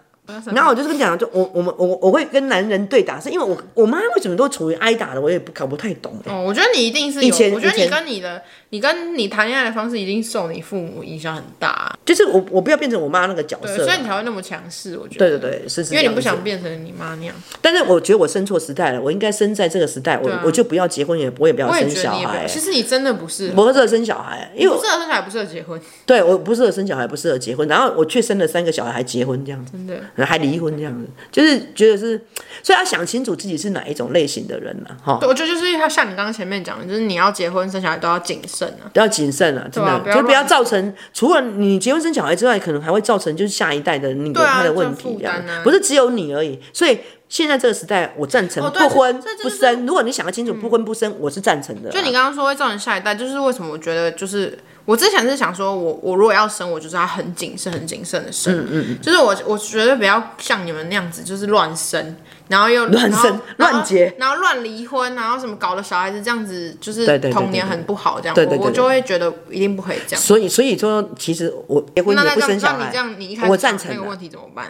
[SPEAKER 1] 然后我就是跟你讲，就我我们我我会跟男人对打，是因为我我妈为什么都处于挨打的，我也不搞不太懂、欸。
[SPEAKER 2] 哦，我觉得你一定是有，
[SPEAKER 1] 以前
[SPEAKER 2] 我觉得
[SPEAKER 1] 以
[SPEAKER 2] 你
[SPEAKER 1] 前
[SPEAKER 2] 跟你的，你跟你谈恋爱的方式一定受你父母影响很大啊、
[SPEAKER 1] 就是我我不要变成我妈那个角
[SPEAKER 2] 对，
[SPEAKER 1] 色
[SPEAKER 2] 所以
[SPEAKER 1] 啦，
[SPEAKER 2] 你才会那么强势。我觉得，
[SPEAKER 1] 对对对，是是这
[SPEAKER 2] 因为
[SPEAKER 1] 样子，
[SPEAKER 2] 你不想变成你妈那样。
[SPEAKER 1] 但是我觉得我生错时代了，我应该生在这个时代，我、我就不要结婚，也我也不要
[SPEAKER 2] 啊我也
[SPEAKER 1] 生
[SPEAKER 2] 觉得
[SPEAKER 1] 小
[SPEAKER 2] 你也不
[SPEAKER 1] 孩
[SPEAKER 2] 要，。其实你真的不是，
[SPEAKER 1] 我不适合生小孩，因为
[SPEAKER 2] 不
[SPEAKER 1] 我
[SPEAKER 2] 适合生小孩，不适合结婚，
[SPEAKER 1] 对我不适合生小孩，不适合结婚，然后我却生了三个小孩，还结婚这样子，
[SPEAKER 2] 真的。
[SPEAKER 1] 还离婚这样子，就是觉得是，所以要想清楚自己是哪一种类型的人了、啊，哈，
[SPEAKER 2] 对，我觉得就是要像你刚刚前面讲的，就是你要结婚生小孩都要谨慎啊。
[SPEAKER 1] 要谨慎啊，真的，
[SPEAKER 2] 啊不要
[SPEAKER 1] 就不要
[SPEAKER 2] 乱
[SPEAKER 1] 造成，除了你结婚生小孩之外，可能还会造成就是下一代的那个、
[SPEAKER 2] 啊
[SPEAKER 1] 他的问
[SPEAKER 2] 这
[SPEAKER 1] 题
[SPEAKER 2] 负
[SPEAKER 1] 这样
[SPEAKER 2] 担啊
[SPEAKER 1] 不是只有你而已，所以。现在这个时代，我赞成
[SPEAKER 2] 哦对
[SPEAKER 1] 不婚
[SPEAKER 2] 这
[SPEAKER 1] 不
[SPEAKER 2] 这就是
[SPEAKER 1] 生。如果你想得清楚，不婚不生，我是赞成的啊。
[SPEAKER 2] 就你刚刚说会造成下一代，就是为什么我觉得就是我之前是想说我我如果要生，我就是要很
[SPEAKER 1] 嗯
[SPEAKER 2] 谨慎、很谨慎的生，嗯嗯，就是我我绝对不要像你们那样子，就是乱生，然后又
[SPEAKER 1] 乱生
[SPEAKER 2] 然后
[SPEAKER 1] 乱结
[SPEAKER 2] 然后然后乱离婚，然后什么搞了小孩子这样子，就是
[SPEAKER 1] 对对对
[SPEAKER 2] 童年
[SPEAKER 1] 对对
[SPEAKER 2] 很不好这样，
[SPEAKER 1] 对对对
[SPEAKER 2] 我我
[SPEAKER 1] 对
[SPEAKER 2] 就会觉得一定不可以这样。
[SPEAKER 1] 所以所以说，其实我结婚
[SPEAKER 2] 那
[SPEAKER 1] 也
[SPEAKER 2] 那
[SPEAKER 1] 不
[SPEAKER 2] 这样，
[SPEAKER 1] 生小
[SPEAKER 2] 那
[SPEAKER 1] 孩
[SPEAKER 2] 你这样，你一开，始
[SPEAKER 1] 我赞成
[SPEAKER 2] 那个
[SPEAKER 1] 啊
[SPEAKER 2] 问题怎么办？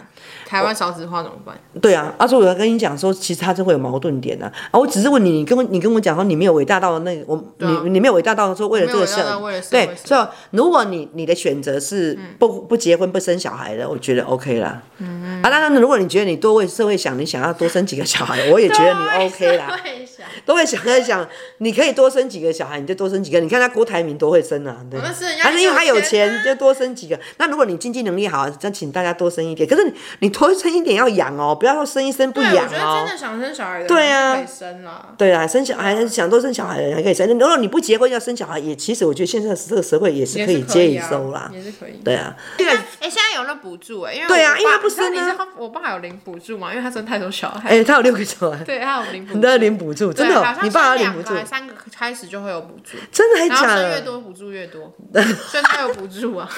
[SPEAKER 2] 台湾少子化怎么办？
[SPEAKER 1] 对啊，阿、啊、叔，我要跟你讲说，其实他是会有矛盾点的、啊。我只是问你，你跟我你跟我讲说，你没有伟大到那个，我、你你没有伟大到说为了这个
[SPEAKER 2] 啊没
[SPEAKER 1] 社
[SPEAKER 2] 有伟大到为了社会嗯
[SPEAKER 1] 对，所以如果你你的选择是不、不结婚不生小孩的，我觉得 OK 啦。嗯啊，当然，如果你觉得你多为社会想，你想要多生几个小孩，我也觉得你 OK 啦。
[SPEAKER 2] 对是啊
[SPEAKER 1] 都会想在想，你可以多生几个小孩，你就多生几个。你看他郭台铭多会生啊，对，
[SPEAKER 2] 那是人家
[SPEAKER 1] 还是因为他有
[SPEAKER 2] 有啊
[SPEAKER 1] 钱就多生几个。那如果你经济能力好，那请大家多生一点。可是你你多生一点要养哦，不要说生一生不
[SPEAKER 2] 对，
[SPEAKER 1] 养
[SPEAKER 2] 我觉得真
[SPEAKER 1] 哦。
[SPEAKER 2] 的想生小孩的人
[SPEAKER 1] 对啊
[SPEAKER 2] 可以生啦。
[SPEAKER 1] 对啊，生小孩想多生小孩的人还可以生。如果你不结婚要生小孩，也其实我觉得现在这个社会也是
[SPEAKER 2] 也
[SPEAKER 1] 可以
[SPEAKER 2] 是
[SPEAKER 1] 接一
[SPEAKER 2] 啊
[SPEAKER 1] 收啦。
[SPEAKER 2] 也是可以。
[SPEAKER 1] 对啊，对啊，
[SPEAKER 2] 哎、现在有那补助哎、因为
[SPEAKER 1] 对啊
[SPEAKER 2] 我爸
[SPEAKER 1] 因为他不生啊
[SPEAKER 2] 你知道你知道我爸有领补助嘛，因为他生太多小孩，
[SPEAKER 1] 哎，他有六个小孩，
[SPEAKER 2] 对，他有领补
[SPEAKER 1] 你
[SPEAKER 2] 助，
[SPEAKER 1] 都要领补助，真的
[SPEAKER 2] 对
[SPEAKER 1] 哦
[SPEAKER 2] 啊好，像
[SPEAKER 1] 你爸要领
[SPEAKER 2] 生
[SPEAKER 1] 补
[SPEAKER 2] 两
[SPEAKER 1] 助
[SPEAKER 2] 个，还三个开始就会有补助，
[SPEAKER 1] 真的还
[SPEAKER 2] 然后
[SPEAKER 1] 假
[SPEAKER 2] 生越
[SPEAKER 1] 的？
[SPEAKER 2] 多补助越多，所以他有补助啊。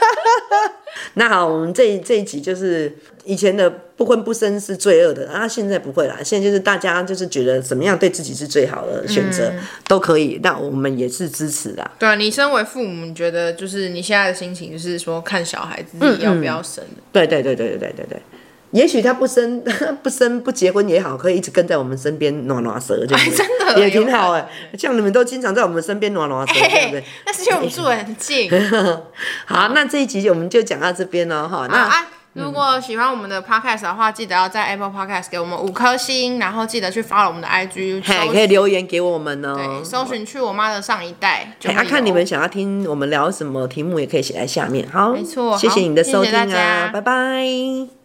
[SPEAKER 1] 那好，我们这一这一集就是以前的不婚不生是罪恶的，啊，现在不会啦，现在就是大家就是觉得怎么样对自己是最好的选择、
[SPEAKER 2] 嗯
[SPEAKER 1] 都可以，那我们也是支持的。
[SPEAKER 2] 对啊，你身为父母，你觉得就是你现在的心情，就是说看小孩自
[SPEAKER 1] 嗯
[SPEAKER 2] 己要不要生的？
[SPEAKER 1] 对对对对对对对对。也许他不生 不生不结婚也好，可以一直跟在我们身边暖暖蛇，就是、
[SPEAKER 2] 哎真的
[SPEAKER 1] 也挺好
[SPEAKER 2] 有可
[SPEAKER 1] 哎、像你们都经常在我们身边暖暖蛇，对不对？ 哎
[SPEAKER 2] 但是因为我们住得很近
[SPEAKER 1] 好，那这一集我们就讲到这边了哈。
[SPEAKER 2] 啊
[SPEAKER 1] 那
[SPEAKER 2] 啊！如果喜欢我们的 podcast 的话，记得要在 Apple Podcast 给我们五颗星，然后记得去 follow 我们的 IG，
[SPEAKER 1] 嘿，
[SPEAKER 2] 搜
[SPEAKER 1] 可以留言给我们哦。
[SPEAKER 2] 对，搜寻去我妈的上一代，就
[SPEAKER 1] 哎，啊，
[SPEAKER 2] 会
[SPEAKER 1] 看
[SPEAKER 2] 有
[SPEAKER 1] 你们想要听我们聊什么题目，也可以写在下面。好，
[SPEAKER 2] 没错
[SPEAKER 1] 谢谢
[SPEAKER 2] 好
[SPEAKER 1] 你的
[SPEAKER 2] 谢
[SPEAKER 1] 收
[SPEAKER 2] 谢
[SPEAKER 1] 听
[SPEAKER 2] 大
[SPEAKER 1] 啊，
[SPEAKER 2] 家
[SPEAKER 1] 拜拜。